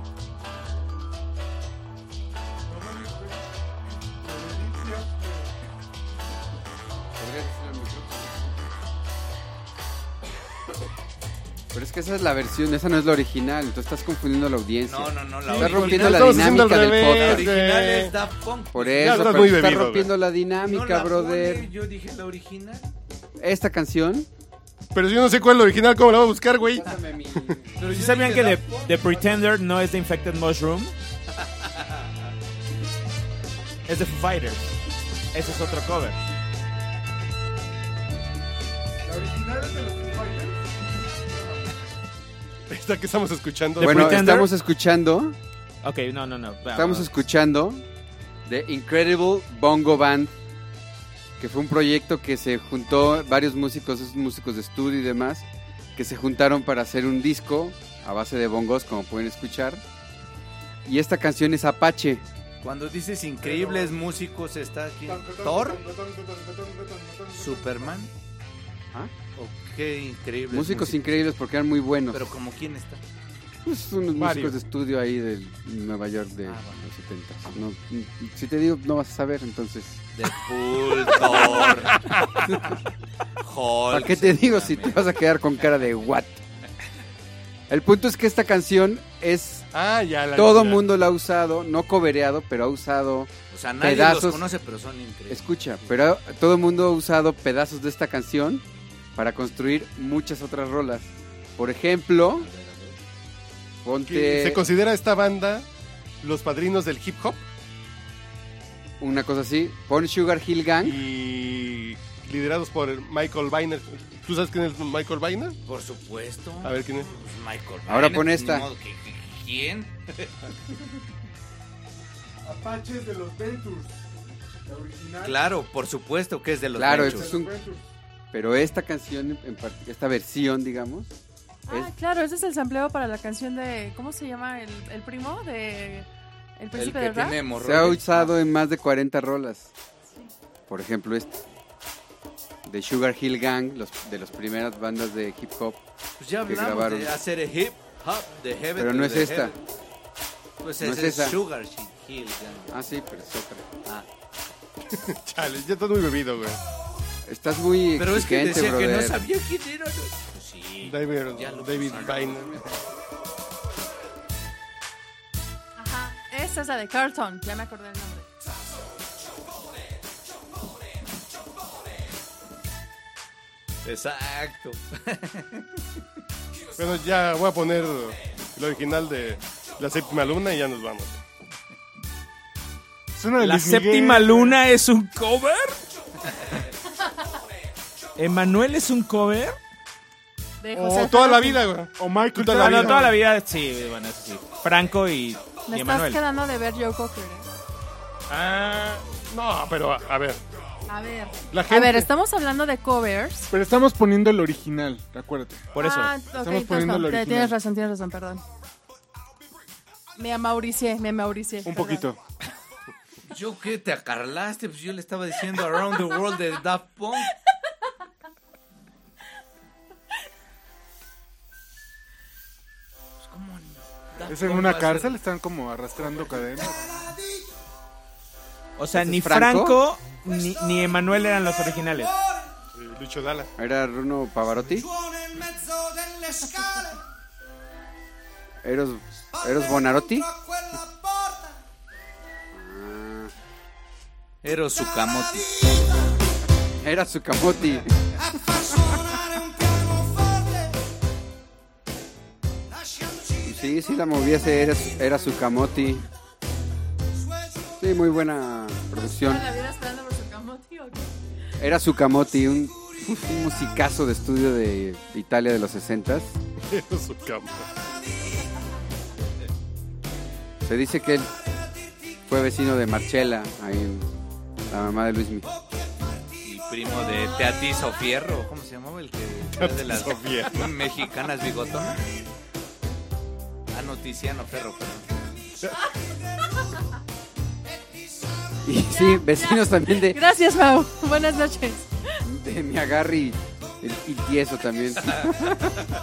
S4: Pero es que esa es la versión, esa no es la original. Tú estás confundiendo a la audiencia.
S7: No, no, no, la
S4: Estás
S7: original-
S4: rompiendo la
S7: Estamos haciendo
S4: dinámica del
S7: al revés,
S4: podcast.
S7: La original güey. es Daft Punk.
S4: Por
S7: Ya
S4: eso,
S7: estás
S4: pero
S7: muy
S4: tú estás
S7: bebido, güey.
S4: rompiendo la
S7: No
S4: dinámica,
S7: la
S4: brother.
S7: pone, yo dije la original.
S4: Esta canción.
S3: Pero yo no sé cuál es la original, ¿cómo la voy a buscar, güey?
S6: Pero ¿Sí sabían que The, The Pretender no es de Infected Mushroom? Es de Foo Fighters. Ese es otro cover.
S3: Esta que estamos escuchando.
S4: Bueno, estamos escuchando.
S6: Ok, no, no, no.
S4: Estamos escuchando The Incredible Bongo Band, que fue un proyecto que se juntó varios músicos, esos músicos de estudio y demás, que se juntaron para hacer un disco a base de bongos, como pueden escuchar. Y esta canción es Apache.
S7: Cuando dices increíbles músicos está aquí Thor, Superman.
S4: ¿Ah?
S7: qué increíbles
S4: Músicos increíbles porque eran muy buenos.
S7: Pero como quién está?
S4: Pues unos
S7: Varios.
S4: músicos de estudio ahí de Nueva York de los 70. No, mm, si te digo, no vas a saber, entonces.
S7: Deadpool, Thor, Hulk,
S4: ¿Para qué te digo si te vas a quedar con cara de what? El punto es que esta canción es.
S3: Ah, ya la
S4: Todo
S3: ya.
S4: mundo la ha usado, no cobereado, pero ha usado.
S7: O sea, nadie
S4: pedazos.
S7: los conoce, pero son increíbles.
S4: Escucha, pero todo el mundo ha usado pedazos de esta canción para construir muchas otras rolas. Por ejemplo,
S3: Que
S4: ponte
S3: ¿Se considera esta banda los padrinos del hip hop?
S4: una cosa así, pon Sugar Hill Gang.
S3: Y liderados por el Michael Biner. ¿Tú sabes quién es Michael Biner?
S7: Por supuesto.
S3: A ver quién es.
S7: Pues Michael
S4: Ahora
S7: Bennett,
S4: pon
S7: ni
S4: esta.
S7: modo que- que- ¿Quién?
S2: Apaches de los Ventures. La original.
S7: claro, por supuesto que es de los
S4: Claro,
S7: Ventures.
S4: este es un- Pero esta canción, en part- esta versión, digamos, es
S8: Ah, claro, ese es el sampleo para la canción de. ¿Cómo se llama el, el primo? De. El príncipe del rap.
S4: Se ha usado en más de 40 rolas. Por ejemplo, este. De Sugar Hill Gang, los, de las primeras bandas de hip hop
S7: Pues ya
S4: que
S7: hablamos
S4: grabaron.
S7: de hacer el hip hop de Heaven.
S4: Pero
S7: to
S4: no es
S7: the
S4: esta.
S7: Heaven. Pues
S4: No
S7: ese
S4: es
S7: es
S4: esa.
S7: Sugar She- Hill. ya.
S4: Ah, sí, pero es otra.
S7: Ah.
S3: Chale, ya estás muy bebido, güey.
S4: Estás muy
S7: Pero es que
S4: exigente,
S7: decía que no
S4: brother.
S7: sabía quién era. Pues sí.
S3: David,
S7: Ya lo
S3: David
S7: pasaron.
S3: Biner.
S8: Ajá, esa es la de Carlton, ya me acordé el nombre.
S7: Exacto.
S3: Bueno, ya voy a poner el original de la séptima luna y ya nos vamos.
S2: Suena de
S6: ¿La
S2: Luis Miguel.
S6: séptima luna es un cover? ¿Emanuel es un cover?
S8: De
S6: Oh,
S3: O
S8: José
S3: toda la
S8: Alfaro.
S3: vida, güey.
S2: O Oh, Michael
S6: Toda la,
S2: Jackson.
S6: no, toda la vida, sí, bueno, eso sí. Franco y,
S8: Me
S6: y
S8: estás
S6: Emanuel.
S8: quedando de ver Joe Cocker. ¿eh?
S3: Ah, no, pero a, a ver.
S8: A ver.
S3: La
S8: A
S3: gente-
S8: ver, estamos hablando de covers.
S2: Pero estamos poniendo el original, acuérdate.
S6: Por eso.
S8: Ah, ok,
S2: Estamos
S8: tienes
S2: poniendo
S8: razón,
S2: el
S8: te-
S2: original.
S8: Tienes razón, tienes razón, perdón. Me amauricié, me amauricié.
S2: Un
S8: perdón.
S2: poquito.
S7: ¿Yo qué te acarlaste? Pues yo le estaba diciendo Around the World de Daft Punk. Pues, ¿cómo no? Daft
S2: ¿Es en
S7: Punk
S2: una
S7: va a
S2: cárcel? Están como arrastrando cadenas.
S6: O
S4: ¿Ese
S2: Este
S6: sea,
S4: es
S6: ni
S4: Franco?
S6: Franco, ni, ni Emanuel eran los originales.
S3: Eh, Lucho Dala.
S4: Era Bruno Pavarotti, Eros,
S7: Ah.
S4: Eros Bonarotti.
S7: ser- Eros Sukamoti.
S4: Era su camoti. Sí, sí la moviese, era, era su camoti. Sí, muy buena producción.
S8: ¿Toda la vida esperando por su camote o qué?
S4: Era su camoti, un, un musicazo de estudio de Italia de los 60s.
S3: Era su campo.
S4: Se dice que él fue vecino de Marcella, ahí, la mamá de Luismi.
S7: Y primo de Teatizo Fierro. ¿Cómo se llamaba el que era de las
S3: Teatizo Fierro.
S7: mexicanas bigotonas? Ah, no, Tiziano Ferro, pues. perdón.
S4: Y sí, vecinos también de,
S8: Gracias, Mau. Buenas noches.
S4: de mi agarri y, y tieso también.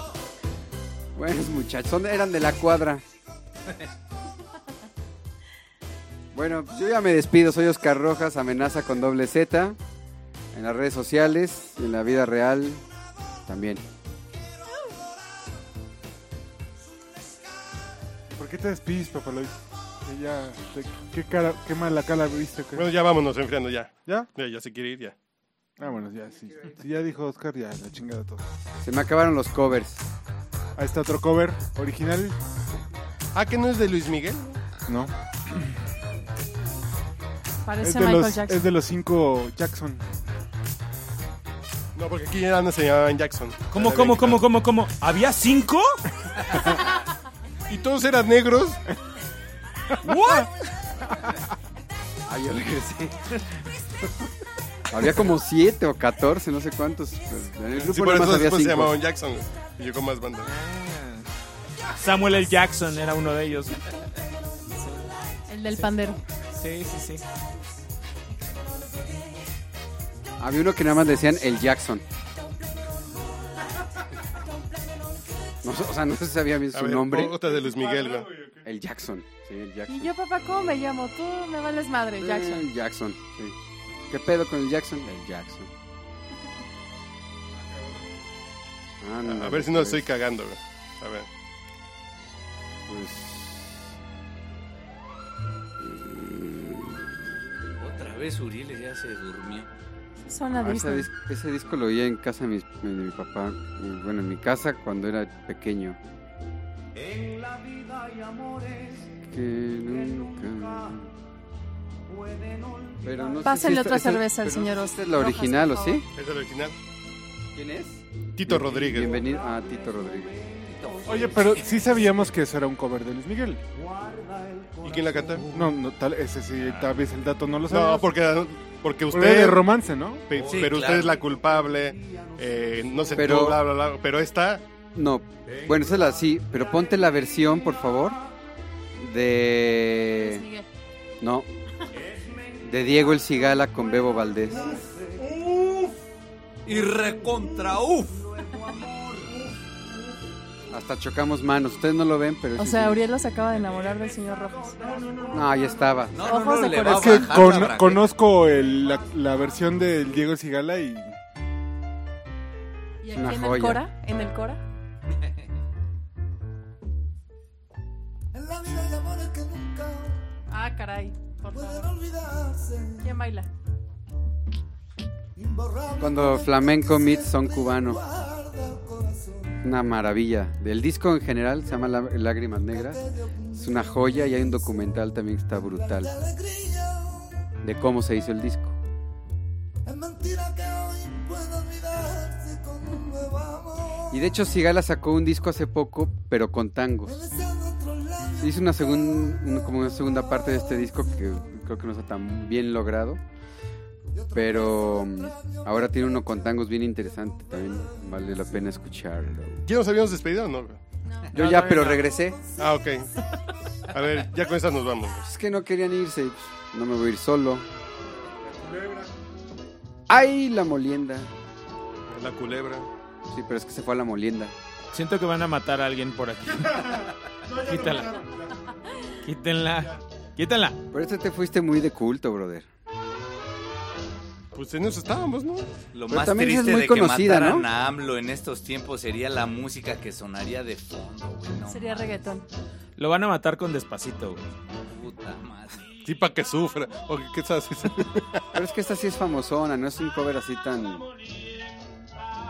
S4: Buenos muchachos, son- eran de la cuadra. Bueno, yo ya me despido, soy Oscar Rojas, amenaza con doble Z, en las redes sociales, en la vida real también.
S2: ¿Por qué te despides, papá Lois? Que Ya, te- qué, cara, qué mala cara viste. que-
S3: Bueno, ya vámonos enfriando ya.
S2: ¿Ya?
S3: Ya, ya se quiere ir ya.
S2: Ah, bueno, ya, sí. Si ya dijo Oscar, ya, la chingada todo.
S4: Se me acabaron los covers.
S2: Ahí está otro cover original.
S3: Ah, que no es de Luis Miguel.
S2: No.
S8: Parece
S2: Es de,
S8: Michael
S3: eh,
S2: los,
S8: Jackson.
S2: es de los cinco Jackson.
S3: No, porque aquí ya no se llamaban Jackson.
S5: ¿Cómo,
S3: Ya
S5: cómo,
S3: habían
S5: cómo, cómo, cómo? ¿Había cinco?
S3: quitado. ¿Y todos eran negros?
S5: ¿What?
S4: Ah, yo regresé. Había como siete o 14, no sé cuántos. pero En el grupo
S3: Sí, por
S4: nada
S3: eso
S4: más había
S3: después se
S4: cinco.
S3: llamaban Jackson. Y llegó más banda.
S5: Samuel L. Jackson era uno de ellos.
S8: El del pandero.
S6: Sí, sí, sí.
S4: Había uno que nada más decían el Jackson. No sé, o sea, no se sabía bien
S3: A
S4: su
S3: ver,
S4: nombre.
S3: Otra de Luis Miguel, güey.
S4: El Jackson. Sí, el Jackson.
S8: Y yo, papá, ¿cómo me llamo? Tú me vales madre, Jackson.
S4: El Jackson, sí. ¿Qué pedo con el Jackson? El Jackson.
S3: A
S4: Ándale,
S3: ver si no
S4: pues,
S3: estoy cagando, güey. A ver.
S4: pues,
S7: Otra vez Uriel ya se durmió.
S8: Suena
S4: ah, ese,
S8: Disney.
S4: dis- ese disco lo oía en casa de mis- de mi, papá. y, Bueno, en mi casa cuando era pequeño.
S13: En la vida hay amores
S4: Que nunca.
S13: pueden olvidar.
S4: Pero no sé
S8: Pásenle
S4: si
S8: otra
S4: esta- esta-
S8: cerveza al
S4: pero
S8: señor
S4: no sé si
S8: Oscar
S4: esta es la
S8: Rojas,
S4: original, ¿o
S8: por
S4: sí?
S3: ¿Es el original?
S4: ¿Quién es?
S3: Tito Rodríguez.
S4: Bienvenido a ah, Tito Rodríguez.
S2: Oye, pero sí sabíamos que eso era un cover de Luis Miguel.
S3: ¿Y quién la canta?
S2: No, no tal, ese sí, tal vez el dato no lo sabía.
S3: No, porque,
S2: Porque
S3: porque usted.
S2: era de romance, ¿no?
S3: Pe-
S7: Sí,
S3: pero
S7: claro.
S3: usted es la culpable. eh, no sé,
S4: Pero-
S3: tú, bla, bla, bla. Pero esta.
S4: No, bueno, esa es la sí, pero ponte la versión, por favor,
S8: Luis
S4: de...
S8: Miguel.
S4: No, de Diego El Cigala con Bebo Valdés.
S7: Y recontra uf.
S4: Hasta chocamos manos, ustedes no lo ven, pero...
S8: O
S4: sí,
S8: sea,
S4: sí.
S8: Uriel lo se acaba de enamorar del señor Rojas.
S4: No, ahí estaba.
S7: No, no,
S8: Ojos
S7: no,
S8: de
S7: le va a
S2: Es que
S7: bajar
S2: con-
S7: la bragueta.
S2: conozco el- la, la versión del Diego Sigala y
S8: Y
S4: Es
S8: aquí
S4: una
S8: en el
S4: joya.
S8: Cora, en el Cora.
S13: En la vida hay amores que nunca
S8: Ah, caray. Por
S13: pueden
S8: favor.
S13: olvidarse.
S8: ¿Quién baila?
S13: Imborrable
S4: Cuando flamenco meets son cubano,
S13: guarda el corazón.
S4: una maravilla. Del disco en general, se llama Lá- Lágrimas Negras, es una joya y hay un documental también que está brutal de cómo se hizo el disco.
S13: Es mentira que hoy pueda olvidarse con un nuevo amor.
S4: Y de hecho Sigala sacó un disco hace poco, pero con tangos. Hizo una segunda como una segunda parte de este disco que creo que no está tan bien logrado. Pero mm, ahora tiene uno con tangos bien interesante, también vale la pena escucharlo.
S3: ¿Ya nos habíamos despedido o no? güey?
S4: Yo ya, pero regresé.
S3: Ah, ok. A ver, ya con esta nos vamos. güey.
S4: Es que no querían irse, y, pues, no me voy a ir solo. ¡Ay, la molienda!
S3: La culebra.
S4: Sí, pero es que se fue a la molienda.
S6: Siento que van a matar a alguien por aquí. Quítala. Quítenla. Quítenla.
S4: Por eso este te fuiste muy de culto, brother.
S3: Pues en eso estábamos, ¿no?
S7: Lo
S4: Pero
S7: más
S4: también es
S7: triste
S4: muy
S7: de
S4: conocida,
S7: que mataran
S4: ¿no?
S7: a AMLO en estos tiempos sería la música que sonaría de fondo, güey. No,
S8: Sería reggaetón.
S6: Lo van a matar con despacito, güey.
S7: puta madre.
S3: Sí, para que sufra. O que- que sea así.
S4: Pero es que esta sí es famosona, no es un cover así tan.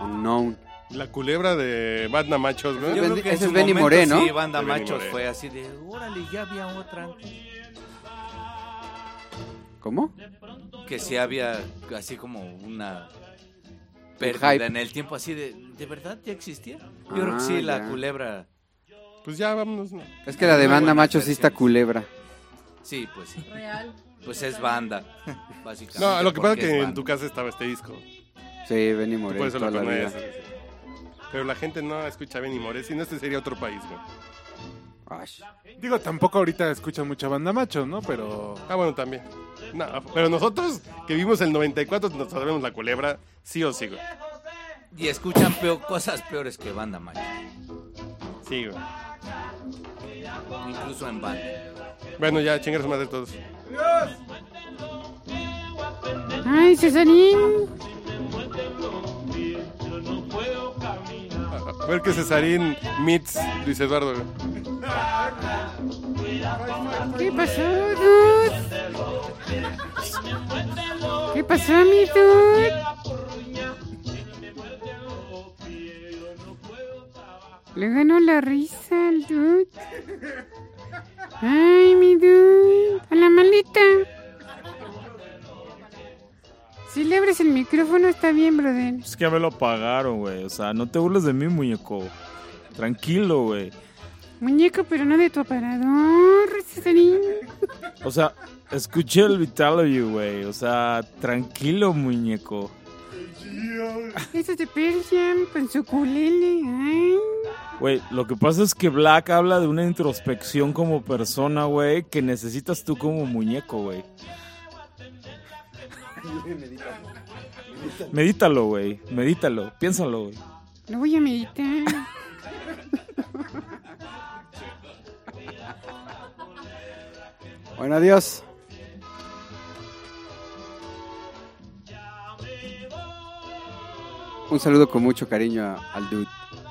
S4: Unknown.
S3: La culebra de Banda Machos, ¿no?
S4: Ese es Yo creo Benny- que en ese es su Benny momento Moré, ¿no?
S7: sí, Banda
S3: De Benny
S7: Machos
S3: Moré.
S7: fue así de, órale, ya había otra antes.
S4: ¿Cómo?
S7: Que sí había así como una pérdida
S4: hype.
S7: en el tiempo, así de, ¿de verdad ya existía? Yo
S4: Ah,
S7: creo que sí, la
S4: ya.
S7: culebra.
S3: Pues ya, vámonos. ¿no?
S4: Es que la de
S7: Muy
S4: banda
S7: buenas
S4: macho sí está
S7: versiones.
S4: culebra.
S7: Sí, pues sí.
S8: Real.
S7: Pues es banda, básicamente.
S3: No, lo que pasa es
S7: porque
S3: que en
S7: banda.
S3: tu casa estaba este disco.
S4: Sí, Benny
S3: Tú
S4: Moré.
S3: por eso lo
S4: toda la vida.
S3: conoces. Pero la gente no escucha Benny Moré, si no, este sería otro país, güey.
S2: Digo, tampoco ahorita escuchan mucha banda macho, ¿no? Pero.
S3: Ah, bueno, también. No, pero nosotros que vimos el 94 nos sabemos la culebra, sí o sí, güey.
S7: Y escuchan peo- cosas peores que banda macho.
S3: Sí, güey.
S7: Incluso en banda.
S3: Bueno, ya, chingar su madre todos.
S10: Ay, Cesarín.
S3: A ver que Cesarín meets Luis Eduardo, güey.
S10: ¿Qué pasó, Ruth? ¿Qué pasó, mi Ruth? Le ganó la risa al Ruth. Ay, mi Ruth. A la maleta. Si le abres el micrófono está bien, brother.
S5: Es que ya me lo pagaron, güey. O sea, no te burles de mí, muñeco. Tranquilo, güey.
S10: Muñeco, pero no de tu aparador, Cesarín.
S5: O sea, escuché el Vitality, güey. O sea, tranquilo, muñeco.
S10: Eso es de Pearl Jam con su culele. Ay.
S5: Güey, lo que pasa es que Black habla de una introspección como persona, güey, que necesitas tú como muñeco, güey. Medítalo, güey. Medítalo. Piénsalo, güey.
S10: Lo voy a meditar.
S4: Bueno, adiós. Un saludo con mucho cariño a- al dude.